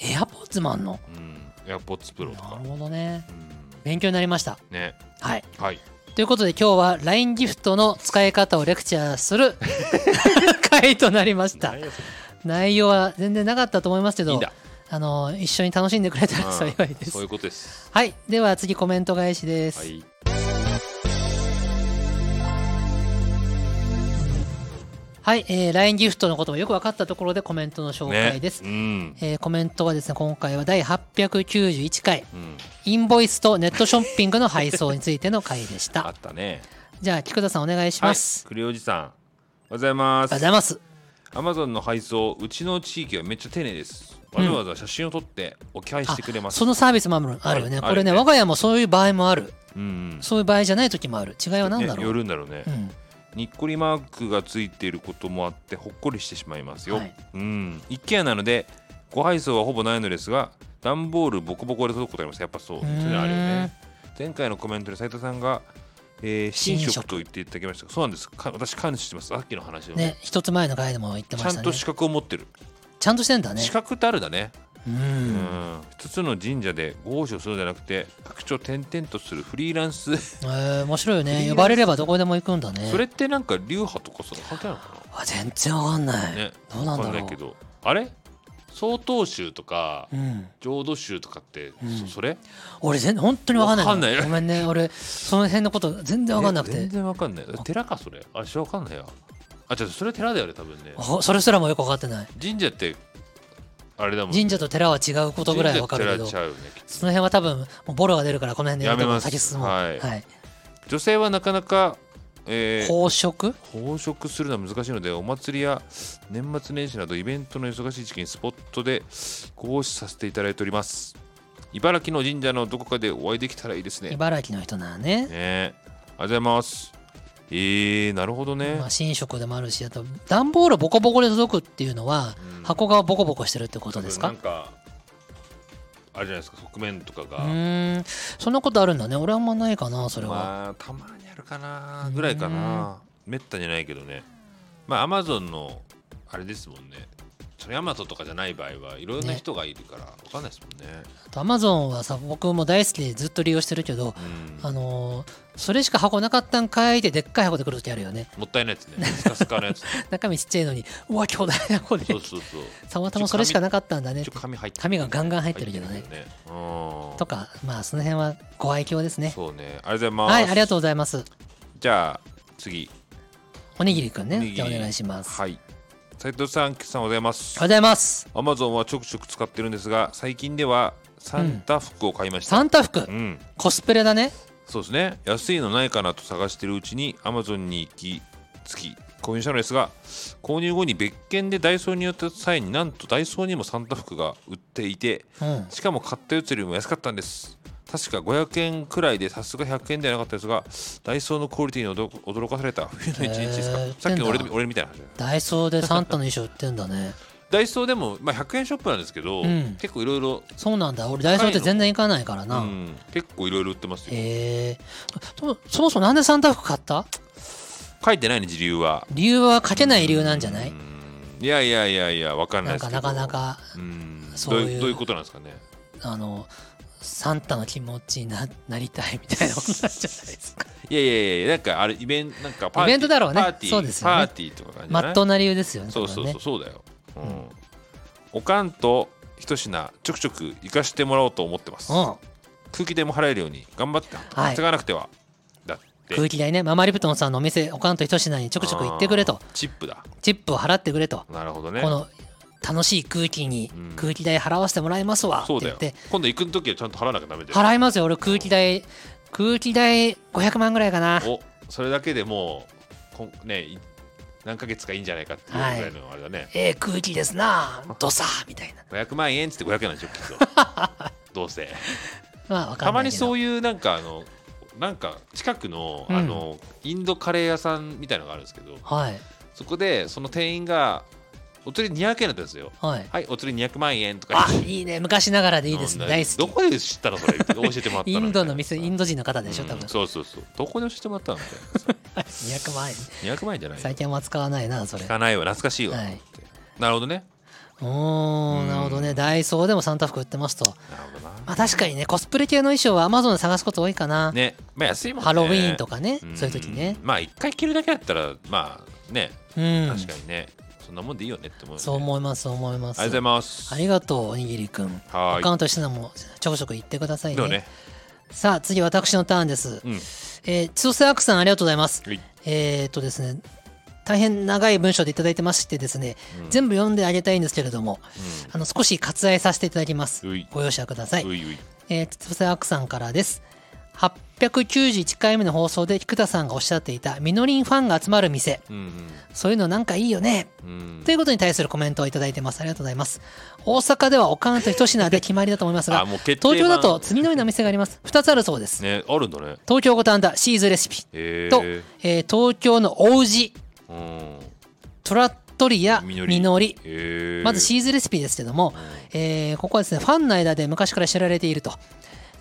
[SPEAKER 1] エアポーツマンの
[SPEAKER 2] うん、エアポッツプロと
[SPEAKER 1] な
[SPEAKER 2] か
[SPEAKER 1] る、ほどね
[SPEAKER 2] うん、
[SPEAKER 1] 勉強になりました
[SPEAKER 2] ね
[SPEAKER 1] はい
[SPEAKER 2] はい
[SPEAKER 1] ということで今日は LINE ギフトの使い方をレクチャーす る回となりました
[SPEAKER 2] 何やそれ
[SPEAKER 1] 内容は全然なかったと思いますけど
[SPEAKER 2] いいんだ
[SPEAKER 1] あの一緒に楽しんでくれたら幸いで
[SPEAKER 2] うん
[SPEAKER 1] す、
[SPEAKER 2] そういうことです
[SPEAKER 1] はいでは次コメント返しです、
[SPEAKER 2] はい
[SPEAKER 1] はい、えー、LINE ギフトのこともよく分かったところでコメントの紹介です、
[SPEAKER 2] ねうん
[SPEAKER 1] えーコメントはですね今回は第891回
[SPEAKER 2] うん、
[SPEAKER 1] インボイスとネットショッピングの配送についての回でし
[SPEAKER 2] あ
[SPEAKER 1] た
[SPEAKER 2] ったね
[SPEAKER 1] じゃあ菊田さんお願いします、
[SPEAKER 2] はい、クリおじさんおはようございま
[SPEAKER 1] ありがとうご
[SPEAKER 2] す
[SPEAKER 1] ざいます
[SPEAKER 2] アマゾンの配送うちの地域はめっちゃ丁寧ですわざわざ写真を撮って置き配してくれます
[SPEAKER 1] そのサービスもあるあるよね
[SPEAKER 2] ある
[SPEAKER 1] これね
[SPEAKER 2] あるよね
[SPEAKER 1] 我が家もそういう場合もある
[SPEAKER 2] うんうん
[SPEAKER 1] そういう場合じゃない時もある違いは何だ
[SPEAKER 2] ね
[SPEAKER 1] ろ
[SPEAKER 2] よ
[SPEAKER 1] う、
[SPEAKER 2] るんだろうね、
[SPEAKER 1] うん、
[SPEAKER 2] にっこりマークがついていることもあってほっこりしてしまいますよ、
[SPEAKER 1] はい
[SPEAKER 2] うん一軒家なのでご配送はほぼないのですが段ボールボコボコで届くことありますやっぱそう
[SPEAKER 1] うーん
[SPEAKER 2] それあるよね前回のコメントで斉藤さんが、えー、
[SPEAKER 1] 神職
[SPEAKER 2] 神職と言っていただきましたがそうなんですか私関与してますさっきの話のね
[SPEAKER 1] ね一つ前の回でも言ってま
[SPEAKER 2] ちゃ
[SPEAKER 1] した
[SPEAKER 2] ん
[SPEAKER 1] ね
[SPEAKER 2] と
[SPEAKER 1] ち
[SPEAKER 2] 資格を持ってる、
[SPEAKER 1] ゃんとしてんだね
[SPEAKER 2] 資格ってあるだね
[SPEAKER 1] う
[SPEAKER 2] うんん一つの神社で合祀をするんじゃなくて各地を転々とするフリーランス、
[SPEAKER 1] えー面白いよね呼ばれればどこでも行くんだね
[SPEAKER 2] それってなんか流派とかその関係なのかな
[SPEAKER 1] あ全然わかんない、
[SPEAKER 2] ね、
[SPEAKER 1] どうなんだろう
[SPEAKER 2] わかけどあれ曹洞宗とか
[SPEAKER 1] うん、
[SPEAKER 2] 浄土宗とかって、
[SPEAKER 1] ん
[SPEAKER 2] そそれ
[SPEAKER 1] 俺全本当にわかんないの
[SPEAKER 2] わかんない
[SPEAKER 1] ごめんね俺その辺のこと全然わかんなく
[SPEAKER 2] え
[SPEAKER 1] て
[SPEAKER 2] 全然わかんない寺かそれあれしわかんないやあ違うそれ寺だよね多分ね
[SPEAKER 1] ほそれすらもよくわかってない
[SPEAKER 2] 神社ってあれだもんね
[SPEAKER 1] 神社と寺は違うことぐらいわかるけど
[SPEAKER 2] 神社
[SPEAKER 1] その
[SPEAKER 2] 寺ちゃうよねきっと
[SPEAKER 1] 辺は多分もうボロが出るからこの辺で
[SPEAKER 2] やめます
[SPEAKER 1] 先進もう
[SPEAKER 2] はい女性はなかなか、えー
[SPEAKER 1] 宝飾
[SPEAKER 2] 奉職するのは難しいのでお祭りや年末年始などイベントの忙しい時期にスポットで講師させていただいております茨城の神社のどこかでお会いできたらいいですね
[SPEAKER 1] 茨城の人ならね
[SPEAKER 2] ねありがとうございます。えー、なるほどね
[SPEAKER 1] まあ、。新色でもあるしあと段ボールボコボコで届くっていうのは
[SPEAKER 2] うん
[SPEAKER 1] 箱がボコボコしてるってことです
[SPEAKER 2] な
[SPEAKER 1] か
[SPEAKER 2] んか、あれじゃないですか、側面とか
[SPEAKER 1] う
[SPEAKER 2] が。
[SPEAKER 1] ーんそんなことあるんだね俺はあんまないかなそれは、
[SPEAKER 2] まあ、たまにあるかな、ぐらいかな。めったにないけどね。まあ、アマゾンの、あれですもんね。それヤマトとかじゃない場合はいろんな
[SPEAKER 1] ね
[SPEAKER 2] 人がいるから、わかんないですもんね。
[SPEAKER 1] アマゾンはさ僕も大好きでずっと利用してるけど、
[SPEAKER 2] うん
[SPEAKER 1] あのーそれしか箱なかったんかいってでっかい箱で来る時あるよね
[SPEAKER 2] もったいないやつね。スカスカの やつ。
[SPEAKER 1] 中身ちっちゃいのにうわ巨大な箱で
[SPEAKER 2] そうそうそう。
[SPEAKER 1] たまたまそれしかなかったんだねっ
[SPEAKER 2] 一
[SPEAKER 1] て
[SPEAKER 2] 応紙入って
[SPEAKER 1] 紙がガンガン入ってるけどね
[SPEAKER 2] 入ってるよねうん
[SPEAKER 1] とかまあその辺はご愛嬌ですね
[SPEAKER 2] そうね。ありがとうございます。
[SPEAKER 1] はいありがとうございます
[SPEAKER 2] じゃあ、次。
[SPEAKER 1] おにぎりくん
[SPEAKER 2] お
[SPEAKER 1] ね
[SPEAKER 2] にぎり
[SPEAKER 1] じゃあお願いします、
[SPEAKER 2] はい。斉藤さん、菊池さんおはようございます
[SPEAKER 1] おはよう。ございます
[SPEAKER 2] アマゾンはちょくちょく使ってるんですが、最近ではサンタ服を買いました。
[SPEAKER 1] サンタ服
[SPEAKER 2] うん、
[SPEAKER 1] コスプレだね
[SPEAKER 2] そうですね。安いのないかなと探してるうちに、アマゾンに行き着き、購入したのですが、購入後に別件でダイソーに寄った際になんとダイソーにもサンタ服が売っていて、
[SPEAKER 1] うん
[SPEAKER 2] しかも買ったやつよりも安かったんです。確か500円くらいでさすが100円ではなかったですがダイソーのクオリティに驚驚かされた冬の一日ですか、
[SPEAKER 1] へー
[SPEAKER 2] さっきの
[SPEAKER 1] 売っ
[SPEAKER 2] 俺で
[SPEAKER 1] てんだ
[SPEAKER 2] 俺みたいな話だね
[SPEAKER 1] ダイソーでサンタの衣装売ってんだね
[SPEAKER 2] ダイソーでも、まあ、100円ショップなんですけど、
[SPEAKER 1] うん
[SPEAKER 2] 結構いろいろ
[SPEAKER 1] そうなんだ俺ダイソーって全然行かないからな、
[SPEAKER 2] うん結構いろいろ売ってますよ
[SPEAKER 1] へえそそもそもなんでサンタ服買った
[SPEAKER 2] 書いてないね理由は
[SPEAKER 1] 理由は書けない理由なんじゃない
[SPEAKER 2] うんいやいやいやいやわかんな
[SPEAKER 1] なん
[SPEAKER 2] いで
[SPEAKER 1] か
[SPEAKER 2] すけど
[SPEAKER 1] なかなか
[SPEAKER 2] うん
[SPEAKER 1] そういう
[SPEAKER 2] どうどういうことなんですかね
[SPEAKER 1] あのサンタの気持ちにななりたいみたいなことなんじゃないですか
[SPEAKER 2] いやいやいやなんかあれイベントなんかパーティー
[SPEAKER 1] イベントだろうね
[SPEAKER 2] パーティー
[SPEAKER 1] そうですよね
[SPEAKER 2] パーティーとか感じ
[SPEAKER 1] まっとうな理由ですよね
[SPEAKER 2] そうそう
[SPEAKER 1] 多分
[SPEAKER 2] そうそうだよ、うん
[SPEAKER 1] うん
[SPEAKER 2] おかんと一品ちょくちょく行かしてもらおうと思ってます
[SPEAKER 1] ね
[SPEAKER 2] 空気でも払えるように頑張って
[SPEAKER 1] はい
[SPEAKER 2] 稼がなくては、だって
[SPEAKER 1] うん、空気代ねママリプトンさんのお店おかんと一品にちょくちょく行ってくれ
[SPEAKER 2] あ
[SPEAKER 1] と
[SPEAKER 2] ーチップだ
[SPEAKER 1] チップを払ってくれと、
[SPEAKER 2] なるほどね
[SPEAKER 1] この楽しい空気に
[SPEAKER 2] うん
[SPEAKER 1] 空気代払わせてもらいますわって
[SPEAKER 2] そうだ
[SPEAKER 1] 言
[SPEAKER 2] よ
[SPEAKER 1] って、
[SPEAKER 2] 今度行く時はちゃんと払わなきゃダメだよ
[SPEAKER 1] 払いますよ俺空気代空気代500万ぐらいかな
[SPEAKER 2] おそれだけでもうこんねい何ヶ月かいいんじゃないかっていうぐらいのあれだね、
[SPEAKER 1] ええ空気ですなあどさーみたいな
[SPEAKER 2] 500万円っつって500円なんでしょきっ とどうせ
[SPEAKER 1] まあわか
[SPEAKER 2] た
[SPEAKER 1] んな
[SPEAKER 2] ま
[SPEAKER 1] いけ
[SPEAKER 2] に
[SPEAKER 1] ど
[SPEAKER 2] そういうなんかあのなんか近くの,、
[SPEAKER 1] うん
[SPEAKER 2] あのインドカレー屋さんみたいのがあるんですけど
[SPEAKER 1] はい
[SPEAKER 2] そこでその店員がお釣り200円だったんですよ
[SPEAKER 1] はい
[SPEAKER 2] はいお釣り200万円とか言っ
[SPEAKER 1] あ
[SPEAKER 2] て
[SPEAKER 1] いいね昔ながらでいいですね
[SPEAKER 2] うん
[SPEAKER 1] 大好
[SPEAKER 2] ど
[SPEAKER 1] き
[SPEAKER 2] こで知ったのそれ教えてもらった
[SPEAKER 1] イ
[SPEAKER 2] の
[SPEAKER 1] ンドの店イン
[SPEAKER 2] ド
[SPEAKER 1] ド人の方でしょ多分、
[SPEAKER 2] そうそうそうどこで教えてもらったのみたい
[SPEAKER 1] 200万円
[SPEAKER 2] な200万円じゃないよ
[SPEAKER 1] 最近あんま使わないなそれ
[SPEAKER 2] 聞かないわ懐かしいわ、
[SPEAKER 1] はい
[SPEAKER 2] ってなるほどね
[SPEAKER 1] お
[SPEAKER 2] う
[SPEAKER 1] ー
[SPEAKER 2] ん
[SPEAKER 1] なるほどねダイソーでもサンタ服売ってますと
[SPEAKER 2] なるほど
[SPEAKER 1] まあ確かにねコスプレ系の衣装はアマゾンで探すこと多いかな、
[SPEAKER 2] なねまあ安いもんね
[SPEAKER 1] ハロウィーンとかね
[SPEAKER 2] ん
[SPEAKER 1] そういう時ね
[SPEAKER 2] まあ一回着るだけだったらまあね
[SPEAKER 1] うん
[SPEAKER 2] 確かにね、そんなもんでいいよねって思うよね
[SPEAKER 1] そう思いますそう思います
[SPEAKER 2] ありがとうございます
[SPEAKER 1] ありがとうおにぎりくん
[SPEAKER 2] はー
[SPEAKER 1] ア
[SPEAKER 2] い
[SPEAKER 1] カウントしてのもちょくちょく言ってください
[SPEAKER 2] で
[SPEAKER 1] ね
[SPEAKER 2] もね
[SPEAKER 1] さあ次私のターンです、
[SPEAKER 2] うん
[SPEAKER 1] えー千歳アクさんありがとうございます
[SPEAKER 2] はい
[SPEAKER 1] えーっとですね大変長い文章でいただいてましてですね、
[SPEAKER 2] うん
[SPEAKER 1] 全部読んであげたいんですけれどもあの少し割愛させていただきます
[SPEAKER 2] うい
[SPEAKER 1] ご容赦くださいう
[SPEAKER 2] いうい
[SPEAKER 1] えー、つぶせあくさんからです。891回目の放送で菊田さんがおっしゃっていたみのりんファンが集まる店
[SPEAKER 2] うん
[SPEAKER 1] そういうのなんかいいよね
[SPEAKER 2] うんうん
[SPEAKER 1] ということに対するコメントをいただいてますありがとうございます大阪ではおかんと一品で決まりだと思いますが
[SPEAKER 2] あもう決定版
[SPEAKER 1] 東京だと次のような店があります2つあるそうです、
[SPEAKER 2] ねあるんだね
[SPEAKER 1] 東京五反田シーズレシピ
[SPEAKER 2] え
[SPEAKER 1] と、えー東京の王子
[SPEAKER 2] うん
[SPEAKER 1] トラットリア
[SPEAKER 2] みの
[SPEAKER 1] み
[SPEAKER 2] り
[SPEAKER 1] のり
[SPEAKER 2] へー
[SPEAKER 1] まずシーズレシピですけども、えーここはですねファンの間で昔から知られていると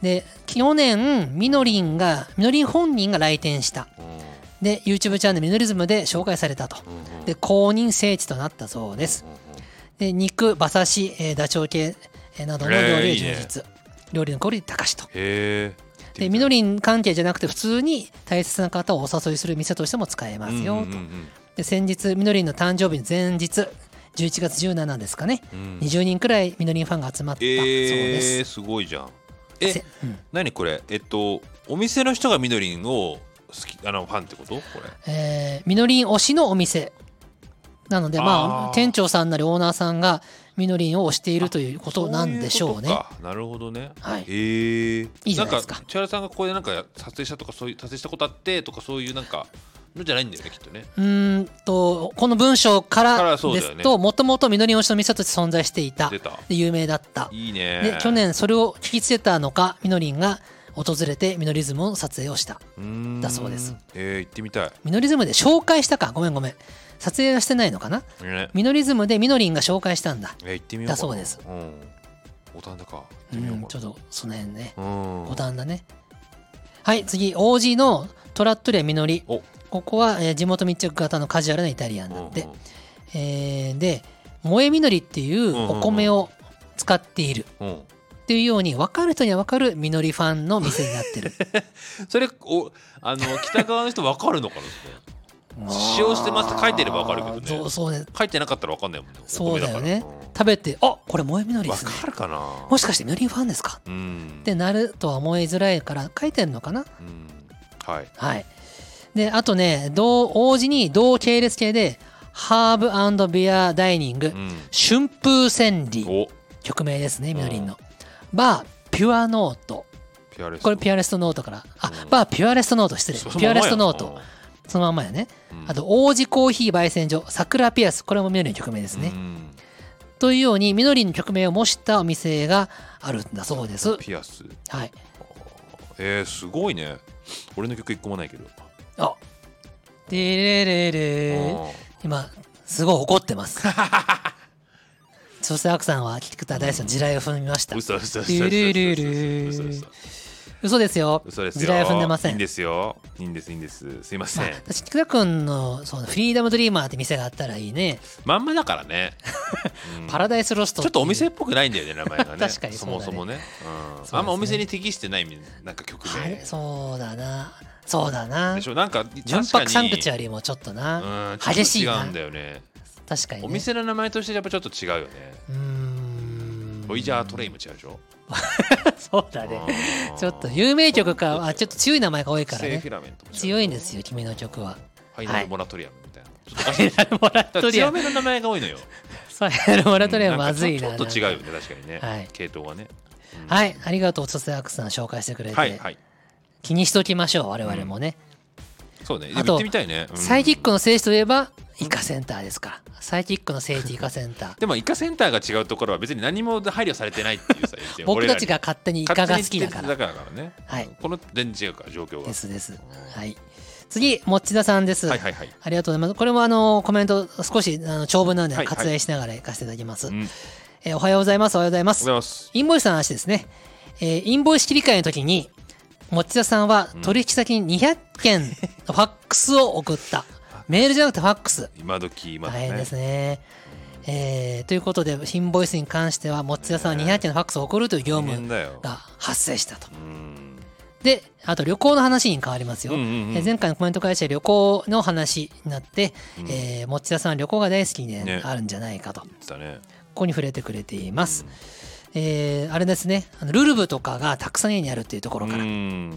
[SPEAKER 1] で去年みのりんがみのりん本人が来店した
[SPEAKER 2] うんうん
[SPEAKER 1] で YouTube チャンネル「ミノリズム」で紹介されたと
[SPEAKER 2] うん
[SPEAKER 1] で公認聖地となったそうです
[SPEAKER 2] うんうん
[SPEAKER 1] で肉馬刺し、えーダチョウ系、えーなどの料理を充実、料理のクオリティ高しと
[SPEAKER 2] へえ
[SPEAKER 1] でみのりん関係じゃなくて普通に大切な方をお誘いする店としても使えますよと、で先日みのりんの誕生日の前日11月17ですかね20人くらいみのりんファンが集まったそうで
[SPEAKER 2] え
[SPEAKER 1] す。
[SPEAKER 2] ー、すごいじゃんえ
[SPEAKER 1] せうん
[SPEAKER 2] 何これえっとお店の人がみのりんを好きあのファンってことこれ
[SPEAKER 1] えーみのりん推しのお店なのでま
[SPEAKER 2] あー
[SPEAKER 1] あ店長さんなりオーナーさんがみのりんを推しているということなんでしょうね
[SPEAKER 2] そいことかなるほどね
[SPEAKER 1] はい
[SPEAKER 2] へえ
[SPEAKER 1] いいじゃないですか
[SPEAKER 2] んか千原さんがここでなんか撮影したとかそういう撮影したことあってとかそういうなんかのじゃないんだよねきっとね
[SPEAKER 1] うーんとこの文章か
[SPEAKER 2] かららそうだ
[SPEAKER 1] で
[SPEAKER 2] よね
[SPEAKER 1] すともともとみのりん推しの店として存在していた
[SPEAKER 2] 出た
[SPEAKER 1] で有名だった
[SPEAKER 2] いいね
[SPEAKER 1] で去年それを聞きつけたのかみのりんが訪れてみのリズムの撮影をした
[SPEAKER 2] うーん
[SPEAKER 1] だそうです
[SPEAKER 2] えー、行ってみたい
[SPEAKER 1] みのリズムで紹介したかごめんごめん撮影はしてないのかな
[SPEAKER 2] ね
[SPEAKER 1] みのリズムでみのりんが紹介したんだ
[SPEAKER 2] えー、行ってみようかな
[SPEAKER 1] だそうです
[SPEAKER 2] うん五反田か行って
[SPEAKER 1] う
[SPEAKER 2] みようか
[SPEAKER 1] ん
[SPEAKER 2] な
[SPEAKER 1] ちょっとその辺ね
[SPEAKER 2] うん
[SPEAKER 1] 五反だねはい次王子のトラットリアみのり
[SPEAKER 2] お
[SPEAKER 1] ここは、えー地元密着型のカジュアルなイタリアンなんで、
[SPEAKER 2] うんうん
[SPEAKER 1] えーで萌えみのりっていうお米を使っている
[SPEAKER 2] うん、
[SPEAKER 1] っていうように分かる人には分かるみのりファンの店になってる
[SPEAKER 2] それおあの北側の人分かるのかなそれ 使用してますって書いてれば分かるけどね
[SPEAKER 1] そうそうね
[SPEAKER 2] 書いてなかったら分かんないもんね
[SPEAKER 1] そうだよね
[SPEAKER 2] お米だか
[SPEAKER 1] 食べてあこれ萌えみのり
[SPEAKER 2] らうん
[SPEAKER 1] で
[SPEAKER 2] 分
[SPEAKER 1] すね
[SPEAKER 2] かるかな
[SPEAKER 1] もしかしてみのりファンですか
[SPEAKER 2] うん
[SPEAKER 1] ってなるとは思いづらいから書いてんのかな
[SPEAKER 2] うんはい
[SPEAKER 1] はい。で、あとね、同、王子に同系列系で、ハーブビアダイニング
[SPEAKER 2] う、ん
[SPEAKER 1] 春風千里、
[SPEAKER 2] お
[SPEAKER 1] 曲名ですね、
[SPEAKER 2] ん
[SPEAKER 1] みのりんの。バー、ピュアノート。
[SPEAKER 2] ピュアレス
[SPEAKER 1] これ、ピュアレストノートから。あ
[SPEAKER 2] う、ん
[SPEAKER 1] バー、ピュアレストノート、失礼。
[SPEAKER 2] そ
[SPEAKER 1] ピュアレストノート。そのまんまやね。あと、王子コーヒー焙煎所、桜ピアス。これもみのりの曲名です
[SPEAKER 2] ね
[SPEAKER 1] ね。というように、みのりんの曲名を模したお店があるんだそうです。
[SPEAKER 2] ピアス
[SPEAKER 1] はい。
[SPEAKER 2] えー、すごいね俺の曲一個もないけど
[SPEAKER 1] あ、でれれれ
[SPEAKER 2] うん
[SPEAKER 1] 今すごい怒ってます そしてアクさんは菊田大好きの地雷を踏みました
[SPEAKER 2] 嘘嘘嘘嘘嘘
[SPEAKER 1] ルルルル
[SPEAKER 2] 嘘嘘嘘嘘
[SPEAKER 1] 嘘ですよ
[SPEAKER 2] 嘘ですよ
[SPEAKER 1] 地雷は踏んでません
[SPEAKER 2] いいんですよいいんですいいんですすいません、
[SPEAKER 1] まあ私菊田君のそのフリーダムドリーマーって店があったらいいね、
[SPEAKER 2] まんまだからね、うん
[SPEAKER 1] パラダイスロスト
[SPEAKER 2] ちょっとお店っぽくないんだよね名前がね
[SPEAKER 1] 確かにそ
[SPEAKER 2] そ
[SPEAKER 1] だ
[SPEAKER 2] う
[SPEAKER 1] ね
[SPEAKER 2] もそもね,、うん
[SPEAKER 1] すね
[SPEAKER 2] あんまお店に適してないなんか曲
[SPEAKER 1] あれ
[SPEAKER 2] 名
[SPEAKER 1] そうだなそうだな
[SPEAKER 2] でしょなんか
[SPEAKER 1] 純
[SPEAKER 2] 確か
[SPEAKER 1] 白
[SPEAKER 2] に
[SPEAKER 1] サンクチュアリーもちょっとな、
[SPEAKER 2] うんちょっと
[SPEAKER 1] 激しいな
[SPEAKER 2] 違うんだよね
[SPEAKER 1] 確かに、ね、
[SPEAKER 2] お店の名前としてやっぱちょっと違うよね
[SPEAKER 1] うーん
[SPEAKER 2] ロイジャートレイも違うでしょ
[SPEAKER 1] そうだね
[SPEAKER 2] うん
[SPEAKER 1] ちょっと有名曲かあちょっと強い名前が多いから
[SPEAKER 2] セー
[SPEAKER 1] ね
[SPEAKER 2] フィラメントも違う
[SPEAKER 1] 強いんですよ君の曲は
[SPEAKER 2] ファイナルモラトリアムみたいな、ちょっとおかしい
[SPEAKER 1] ファイナル モラ
[SPEAKER 2] だ
[SPEAKER 1] ト
[SPEAKER 2] から
[SPEAKER 1] リア
[SPEAKER 2] 強
[SPEAKER 1] ム
[SPEAKER 2] めの名前が多いのよ
[SPEAKER 1] ファイナルモラトリアムまずいな
[SPEAKER 2] うんんかちょっと違うよね確かにね、
[SPEAKER 1] はい
[SPEAKER 2] 系統はね、うん
[SPEAKER 1] はいありがとうおとせアクさん紹介してくれて、
[SPEAKER 2] はいはい
[SPEAKER 1] 気にしときましょう我々もね、
[SPEAKER 2] そうねで
[SPEAKER 1] あ
[SPEAKER 2] も
[SPEAKER 1] と
[SPEAKER 2] 行ってみたいね、うん
[SPEAKER 1] サイキックの聖地といえばイカセンターですからサイキックの聖地イカセンター
[SPEAKER 2] でもイカセンターが違うところは別に何も配慮されてないっていうさ言って
[SPEAKER 1] 僕
[SPEAKER 2] 俺ら
[SPEAKER 1] た
[SPEAKER 2] に
[SPEAKER 1] ちが勝手にイカが好きだから
[SPEAKER 2] 勝手に言ってたからね、
[SPEAKER 1] はい
[SPEAKER 2] この全然違うから状況が
[SPEAKER 1] ですですはい次もっちださんです、
[SPEAKER 2] はいはいはい、
[SPEAKER 1] ありがとうございます。これもあのコメント少しあの長文なんで
[SPEAKER 2] はいはい
[SPEAKER 1] 割愛しながら行かせていただきます、
[SPEAKER 2] うん、おはよう
[SPEAKER 1] えーおはようございます。おはようございま
[SPEAKER 2] ご
[SPEAKER 1] す
[SPEAKER 2] ざい。ます
[SPEAKER 1] インボイスの話ですね。えーインボイス切り替えの時に、持田さんは取引先に200件のファックスを送った。メールじゃなくてファックス。
[SPEAKER 2] 今時今
[SPEAKER 1] 大
[SPEAKER 2] だ
[SPEAKER 1] 変ですね。えーということで、インボイスに関しては、持田さんは200件のファックスを送るという業
[SPEAKER 2] 大変
[SPEAKER 1] 務
[SPEAKER 2] だよ
[SPEAKER 1] が発生したと。
[SPEAKER 2] うん
[SPEAKER 1] で、あと旅行の話に変わりますよ。
[SPEAKER 2] うんうんうん
[SPEAKER 1] えー前回のコメント会社で旅行の話になって、えー持田さんは旅行が大好きで、
[SPEAKER 2] ね
[SPEAKER 1] あるんじゃないかと、こ
[SPEAKER 2] 言ってたね
[SPEAKER 1] こに触れてくれています。えーあれですね、あのルルブとかがたくさん家にあるっていうところから。
[SPEAKER 2] うん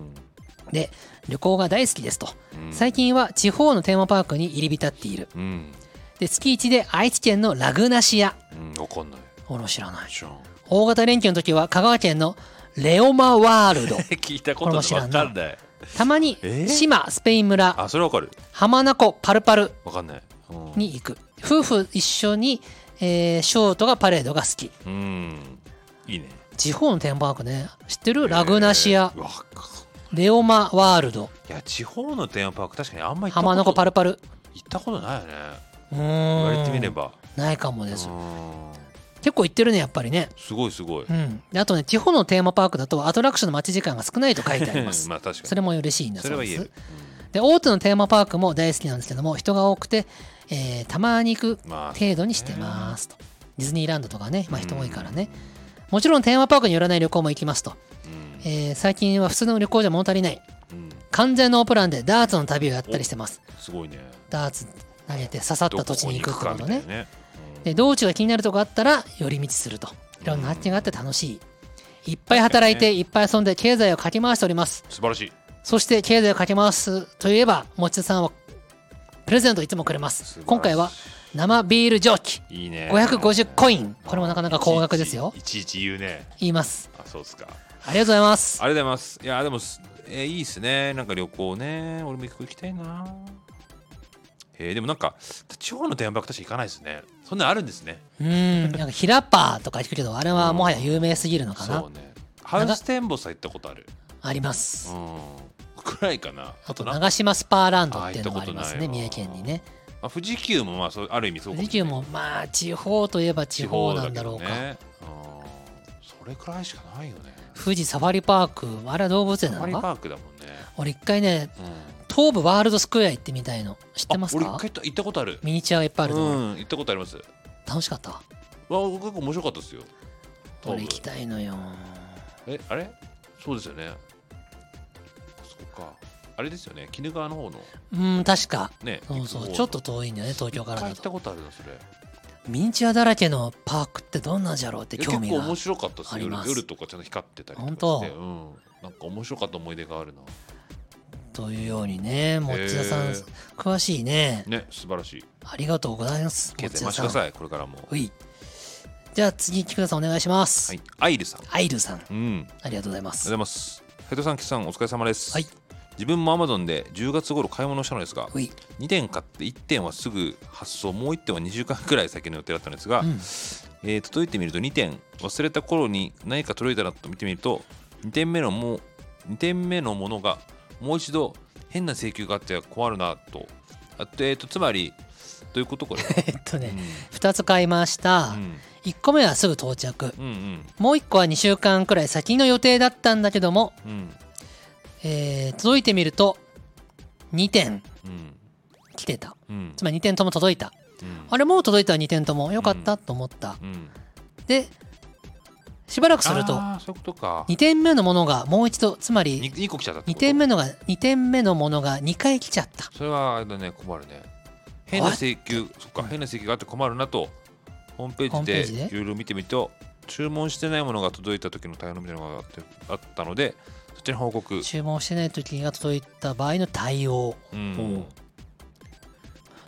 [SPEAKER 1] で、旅行が大好きですと。
[SPEAKER 2] うん
[SPEAKER 1] 最近は地方のテーマパークに入り浸っている。
[SPEAKER 2] うん、
[SPEAKER 1] で、月1で愛知県のラグナシア。
[SPEAKER 2] うん、分かんない
[SPEAKER 1] 俺も知らない。
[SPEAKER 2] じゃん
[SPEAKER 1] 大型連休の時は香川県のレオマワ ールド。
[SPEAKER 2] 聞いた
[SPEAKER 1] こ
[SPEAKER 2] ことと
[SPEAKER 1] なこれも知
[SPEAKER 2] ないい分
[SPEAKER 1] ら
[SPEAKER 2] か
[SPEAKER 1] んなん
[SPEAKER 2] ない
[SPEAKER 1] たまに
[SPEAKER 2] えー
[SPEAKER 1] 島、スペイン村、
[SPEAKER 2] あそれわかる
[SPEAKER 1] 浜名湖、パルパル。
[SPEAKER 2] わかんない、うん、
[SPEAKER 1] に行く夫婦一緒に、えーショートがパレードが好き
[SPEAKER 2] うんいいね
[SPEAKER 1] 地方のテーマパークね知ってるラグナシア、
[SPEAKER 2] えーわか
[SPEAKER 1] レオマワールド
[SPEAKER 2] いや地方のテーマパーク確かにあんま行ったこと
[SPEAKER 1] 浜名湖パルパル
[SPEAKER 2] 行ったことないよね
[SPEAKER 1] うーん
[SPEAKER 2] 言われてみれば
[SPEAKER 1] ないかもです
[SPEAKER 2] うん
[SPEAKER 1] 結構行ってるねやっぱりね
[SPEAKER 2] すごいすごい
[SPEAKER 1] うんであとね地方のテーマパークだとアトラクションの待ち時間が少ないと書いてあります
[SPEAKER 2] まあ確か
[SPEAKER 1] そ
[SPEAKER 2] に
[SPEAKER 1] れも嬉しいんだ
[SPEAKER 2] そ
[SPEAKER 1] そ
[SPEAKER 2] れ
[SPEAKER 1] う
[SPEAKER 2] は
[SPEAKER 1] で
[SPEAKER 2] 言え
[SPEAKER 1] す
[SPEAKER 2] る
[SPEAKER 1] で大手のテーマパークも大好きなんですけども人が多くて、えーたまに行く
[SPEAKER 2] まあ
[SPEAKER 1] 程度にしてますとディズニーランドとかね、まあ、人多いからねもちろんテーマパークに寄らない旅行も行きますと
[SPEAKER 2] うん
[SPEAKER 1] えー最近は普通の旅行じゃ物足りない
[SPEAKER 2] うん
[SPEAKER 1] 完全ノープランでダーツの旅をやったりしてます
[SPEAKER 2] すごいね
[SPEAKER 1] ダーツ投げて刺さった土地に行くってことね
[SPEAKER 2] どこに行くかみたいなね
[SPEAKER 1] で道中が気になるとこあったら寄り道するといろんな発見があって楽しいいっぱい働いていっぱい遊んで経済をかき回しております
[SPEAKER 2] 素晴らしい
[SPEAKER 1] そして経済をかき回すといえば持田さんはプレゼントをいつもくれま
[SPEAKER 2] 素晴
[SPEAKER 1] す
[SPEAKER 2] らしい
[SPEAKER 1] 今回は生ビールジョッキ
[SPEAKER 2] いいね
[SPEAKER 1] 550コインこれもなかなか高額ですよ
[SPEAKER 2] いちいちいちいち言うね
[SPEAKER 1] 言います
[SPEAKER 2] あそうですか
[SPEAKER 1] ありがとうございます
[SPEAKER 2] ありがとうございますいやでもすえーいいですねなんか旅行ね俺も一個行きたいなえーでもなんか地方のテーマパーク確か行かないですねそんなんあるんですね
[SPEAKER 1] うんなんかヒラパーとか聞くけどあれはもはや有名すぎるのかな
[SPEAKER 2] そうねハウステンボスは行ったことある
[SPEAKER 1] あります
[SPEAKER 2] うんくらいかな
[SPEAKER 1] あと
[SPEAKER 2] な
[SPEAKER 1] 長島スパーランドっていうの
[SPEAKER 2] あ
[SPEAKER 1] があ
[SPEAKER 2] 行った
[SPEAKER 1] り
[SPEAKER 2] こ
[SPEAKER 1] ま
[SPEAKER 2] とない
[SPEAKER 1] すね、
[SPEAKER 2] わ
[SPEAKER 1] 三重県にね。
[SPEAKER 2] まあ富士急もまあそうある意味そうか
[SPEAKER 1] 富士急もまあ地方といえば地方なんだろうか。
[SPEAKER 2] 地方だけどねうんそれくらいしかないよね
[SPEAKER 1] 富士サファリパーク、あれは動物園
[SPEAKER 2] サ
[SPEAKER 1] な
[SPEAKER 2] ファリ
[SPEAKER 1] の
[SPEAKER 2] パ
[SPEAKER 1] か
[SPEAKER 2] ークだもんね、
[SPEAKER 1] 俺一回ね、
[SPEAKER 2] うん、
[SPEAKER 1] 東武ワールドスクエア行ってみたいの。知ってます
[SPEAKER 2] あ俺
[SPEAKER 1] か
[SPEAKER 2] 一回行った行ったことある
[SPEAKER 1] ミニチュアがいっぱいある
[SPEAKER 2] う
[SPEAKER 1] の、
[SPEAKER 2] ん行ったことありますわ
[SPEAKER 1] 楽しかったわ。
[SPEAKER 2] 僕結構面白かったですよ多
[SPEAKER 1] 俺
[SPEAKER 2] 分
[SPEAKER 1] 行きたいのよ。
[SPEAKER 2] えあれそうですよねあそこかあれですよね鬼怒川の方の
[SPEAKER 1] うん、確か。
[SPEAKER 2] ね
[SPEAKER 1] そうそ
[SPEAKER 2] 行く
[SPEAKER 1] う、
[SPEAKER 2] 方
[SPEAKER 1] ちょっと遠いんだよね、東京から
[SPEAKER 2] 一回
[SPEAKER 1] だ
[SPEAKER 2] 行った
[SPEAKER 1] と。
[SPEAKER 2] ことあるなそれ
[SPEAKER 1] ミニチュアだらけのパークってどんなんじゃろうって
[SPEAKER 2] いや
[SPEAKER 1] 興味
[SPEAKER 2] 結構
[SPEAKER 1] が。
[SPEAKER 2] 面白かったです
[SPEAKER 1] あり
[SPEAKER 2] よ夜
[SPEAKER 1] ます
[SPEAKER 2] 夜とかちゃんと光ってたり
[SPEAKER 1] 本
[SPEAKER 2] と
[SPEAKER 1] 当
[SPEAKER 2] かして、うん、なんか面白かった思い出があるな
[SPEAKER 1] というようにね、持田さん
[SPEAKER 2] へー、
[SPEAKER 1] 詳しいね。
[SPEAKER 2] ね素晴らしい
[SPEAKER 1] ありがとうございます。
[SPEAKER 2] 経済回
[SPEAKER 1] 持田さ
[SPEAKER 2] してく
[SPEAKER 1] ん
[SPEAKER 2] ださいこれからも
[SPEAKER 1] ほい。じゃあ次、菊田さんお願いします。
[SPEAKER 2] はいアイルさん
[SPEAKER 1] アイルさん、
[SPEAKER 2] うん
[SPEAKER 1] ありがとうございま
[SPEAKER 2] ありがとうご
[SPEAKER 1] す。
[SPEAKER 2] ざいます。斉藤さん、岸さん、お疲れ様です。
[SPEAKER 1] はい
[SPEAKER 2] 自分も Amazon で10月頃買い物をしたのですが、
[SPEAKER 1] ほい。
[SPEAKER 2] 2点買って1点はすぐ発送、もう1点は2週間くらい先の予定だったのですが、
[SPEAKER 1] うん
[SPEAKER 2] えー届いてみると2点、忘れた頃に何か届いたなと見てみると、2点目のもう2点目のものがもう一度変な請求があっては困るなと。あとえーとつまり、どういうこと これ、
[SPEAKER 1] えっと
[SPEAKER 2] う
[SPEAKER 1] ね、
[SPEAKER 2] ん
[SPEAKER 1] 2つ買いました。1個目はすぐ到着。
[SPEAKER 2] うんうん
[SPEAKER 1] もう1個は2週間くらい先の予定だったんだけども、
[SPEAKER 2] うん
[SPEAKER 1] えー届いてみると2点
[SPEAKER 2] うん
[SPEAKER 1] 来てた
[SPEAKER 2] うん
[SPEAKER 1] つまり2点とも届いた
[SPEAKER 2] うん
[SPEAKER 1] あれもう届いた2点ともよかったと思った、
[SPEAKER 2] うん
[SPEAKER 1] でしばらくすると
[SPEAKER 2] あーそういうことか
[SPEAKER 1] 2点目のものがもう一度つま
[SPEAKER 2] に
[SPEAKER 1] り
[SPEAKER 2] 二個来ちゃったって
[SPEAKER 1] 2
[SPEAKER 2] こと
[SPEAKER 1] 点目のが2点目のものが2回来ちゃった
[SPEAKER 2] それはあれだね困るね変な請求そっか変な請求があって困るなとホームペ
[SPEAKER 1] ホー
[SPEAKER 2] ー
[SPEAKER 1] ム
[SPEAKER 2] ジ
[SPEAKER 1] ページで
[SPEAKER 2] でいろいろ見てみると注文してないものが届いた時の対応みたいなのがあってあったのでそっちに報告
[SPEAKER 1] 注文してない時が届いた場合の対応
[SPEAKER 2] うん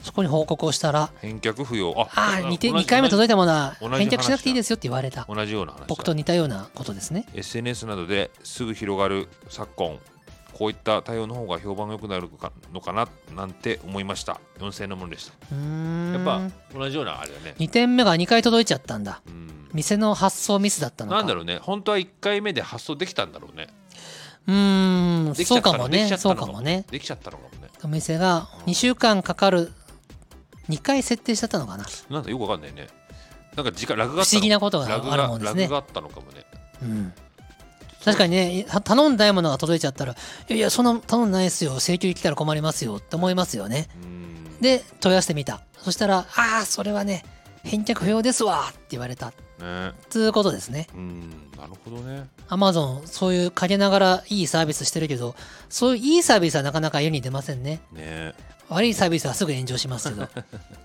[SPEAKER 1] そこに報告をしたら
[SPEAKER 2] 返却不要あ
[SPEAKER 1] 「ああ
[SPEAKER 2] 同じ
[SPEAKER 1] 2, 回目届いたものは
[SPEAKER 2] 同じ
[SPEAKER 1] 返却しなくていいですよ」って言われた
[SPEAKER 2] 同じような話だ
[SPEAKER 1] 僕と似たようなことですね
[SPEAKER 2] SNS などですぐ広がる昨今こういった対応の方が評判が良くなるかのかななんて思いました4000円のものでした
[SPEAKER 1] うーん
[SPEAKER 2] やっぱ同じようなあれだね
[SPEAKER 1] 2点目が2回届いちゃったんだ
[SPEAKER 2] うん
[SPEAKER 1] 店の発送ミスだったのか
[SPEAKER 2] なんだろうね本当は1回目で発送できたんだろうね
[SPEAKER 1] うーん
[SPEAKER 2] できち
[SPEAKER 1] そ
[SPEAKER 2] ゃ
[SPEAKER 1] う
[SPEAKER 2] った
[SPEAKER 1] か
[SPEAKER 2] の
[SPEAKER 1] も
[SPEAKER 2] できちゃ
[SPEAKER 1] ね
[SPEAKER 2] った
[SPEAKER 1] そ
[SPEAKER 2] の
[SPEAKER 1] うかもね
[SPEAKER 2] できちゃったのかもね
[SPEAKER 1] お店が2週間かかる2回設定しちゃったのかな
[SPEAKER 2] なんだよくわかんないねなんか時間ラグがあ
[SPEAKER 1] 不
[SPEAKER 2] った
[SPEAKER 1] 思
[SPEAKER 2] の
[SPEAKER 1] 議なこと
[SPEAKER 2] ラグ
[SPEAKER 1] があるも
[SPEAKER 2] が
[SPEAKER 1] んです
[SPEAKER 2] ラグ
[SPEAKER 1] ね
[SPEAKER 2] があったのかもね
[SPEAKER 1] うん確かにねた頼んだいものが届いちゃったら「いやいやそんな頼んでないですよ請求来たら困りますよ」って思いますよね
[SPEAKER 2] うん
[SPEAKER 1] で問い合わせてみたそしたら「ああそれはね返却不要ですわ」って言われた
[SPEAKER 2] ね
[SPEAKER 1] つうことですね
[SPEAKER 2] うんなるほどね
[SPEAKER 1] アマゾンそういう陰ながらいいサービスしてるけどそういういいサービスはなかなか世に出ませんね
[SPEAKER 2] ね
[SPEAKER 1] 悪いサービスはすぐ炎上しますけ ど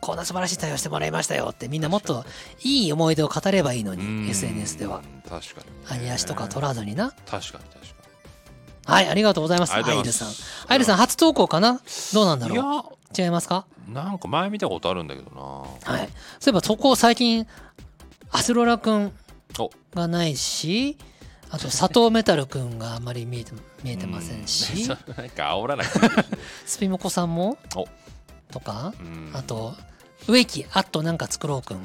[SPEAKER 1] こんな素晴らしい対応してもらいましたよってみんなもっといい思い出を語ればいいの
[SPEAKER 2] う
[SPEAKER 1] に
[SPEAKER 2] ん
[SPEAKER 1] SNS では
[SPEAKER 2] 確かにね
[SPEAKER 1] アニ足とか取らずにな
[SPEAKER 2] 確かに確かに
[SPEAKER 1] はいありがとうございます
[SPEAKER 2] ありが
[SPEAKER 1] ア
[SPEAKER 2] とう
[SPEAKER 1] イ
[SPEAKER 2] ござ
[SPEAKER 1] ル
[SPEAKER 2] います
[SPEAKER 1] さんアイルさん初投稿かなどうなんだ
[SPEAKER 2] い
[SPEAKER 1] ろ
[SPEAKER 2] や
[SPEAKER 1] う違いますか
[SPEAKER 2] なんか前見たことあるんだけどな
[SPEAKER 1] はいそういえばそこ最近アスロラくん
[SPEAKER 2] お
[SPEAKER 1] がないしあと佐藤メタルくんがあまり見えて見えてませんし
[SPEAKER 2] うなん か 煽らないでほしい
[SPEAKER 1] スピモコさんも
[SPEAKER 2] お
[SPEAKER 1] とか
[SPEAKER 2] うん
[SPEAKER 1] あと植木あっとなんか作ろうくん
[SPEAKER 2] うん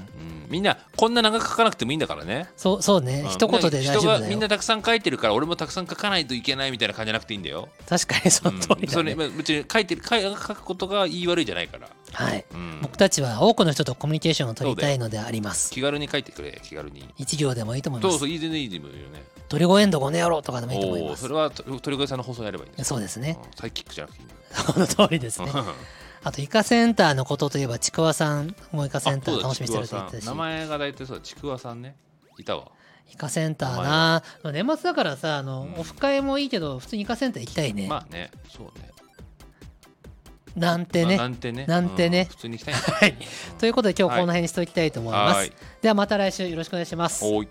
[SPEAKER 2] みんなこんな長く書かなくてもいいんだからね
[SPEAKER 1] そうそうね
[SPEAKER 2] うん
[SPEAKER 1] 一言で大丈
[SPEAKER 2] 人
[SPEAKER 1] 夫
[SPEAKER 2] が
[SPEAKER 1] だ
[SPEAKER 2] みん
[SPEAKER 1] よ
[SPEAKER 2] なたくさん書いてるから俺もたくさん書かないといけないみたいな感じじゃなくていいんだよ
[SPEAKER 1] 確かにその通り
[SPEAKER 2] そ
[SPEAKER 1] だね
[SPEAKER 2] れまあ別に書いてる書い書くことが言い悪いじゃないから、
[SPEAKER 1] はい
[SPEAKER 2] うん
[SPEAKER 1] 僕たちは多くの人とコミュニケーションを取りたいのであります
[SPEAKER 2] 気軽に書いてくれ気軽に
[SPEAKER 1] 一行でもいいと思いま
[SPEAKER 2] そうそ
[SPEAKER 1] す
[SPEAKER 2] ういい全然いいでもいいよね
[SPEAKER 1] 「ドリゴエンドこの野郎」とかでもいいと思い
[SPEAKER 2] おお
[SPEAKER 1] ま
[SPEAKER 2] ーそ
[SPEAKER 1] す
[SPEAKER 2] れはと鳥越さんの放送やればいいんです
[SPEAKER 1] そうですね
[SPEAKER 2] サイキックじゃなくていいんだよ
[SPEAKER 1] その通りですね あとイカセンターのことといえばちくわさんもイカセンター
[SPEAKER 2] あ
[SPEAKER 1] 楽しみにしてると
[SPEAKER 2] そ
[SPEAKER 1] 言
[SPEAKER 2] うだ
[SPEAKER 1] ってた
[SPEAKER 2] ちくわさん
[SPEAKER 1] し
[SPEAKER 2] 名前が大体そうだちくわさんねいたわ
[SPEAKER 1] イカセンターな年末だからさあの、
[SPEAKER 2] うん
[SPEAKER 1] オフ会もいいけど普通にイカセンター行きたいね、
[SPEAKER 2] まあねそうね
[SPEAKER 1] なんてね
[SPEAKER 2] ななんてね
[SPEAKER 1] なんてね
[SPEAKER 2] うん普通に行きたいね
[SPEAKER 1] はいということで今日この
[SPEAKER 2] はい
[SPEAKER 1] 辺にしておきたいと思います、
[SPEAKER 2] はい
[SPEAKER 1] ではまた来週よろしくお願いします
[SPEAKER 2] おい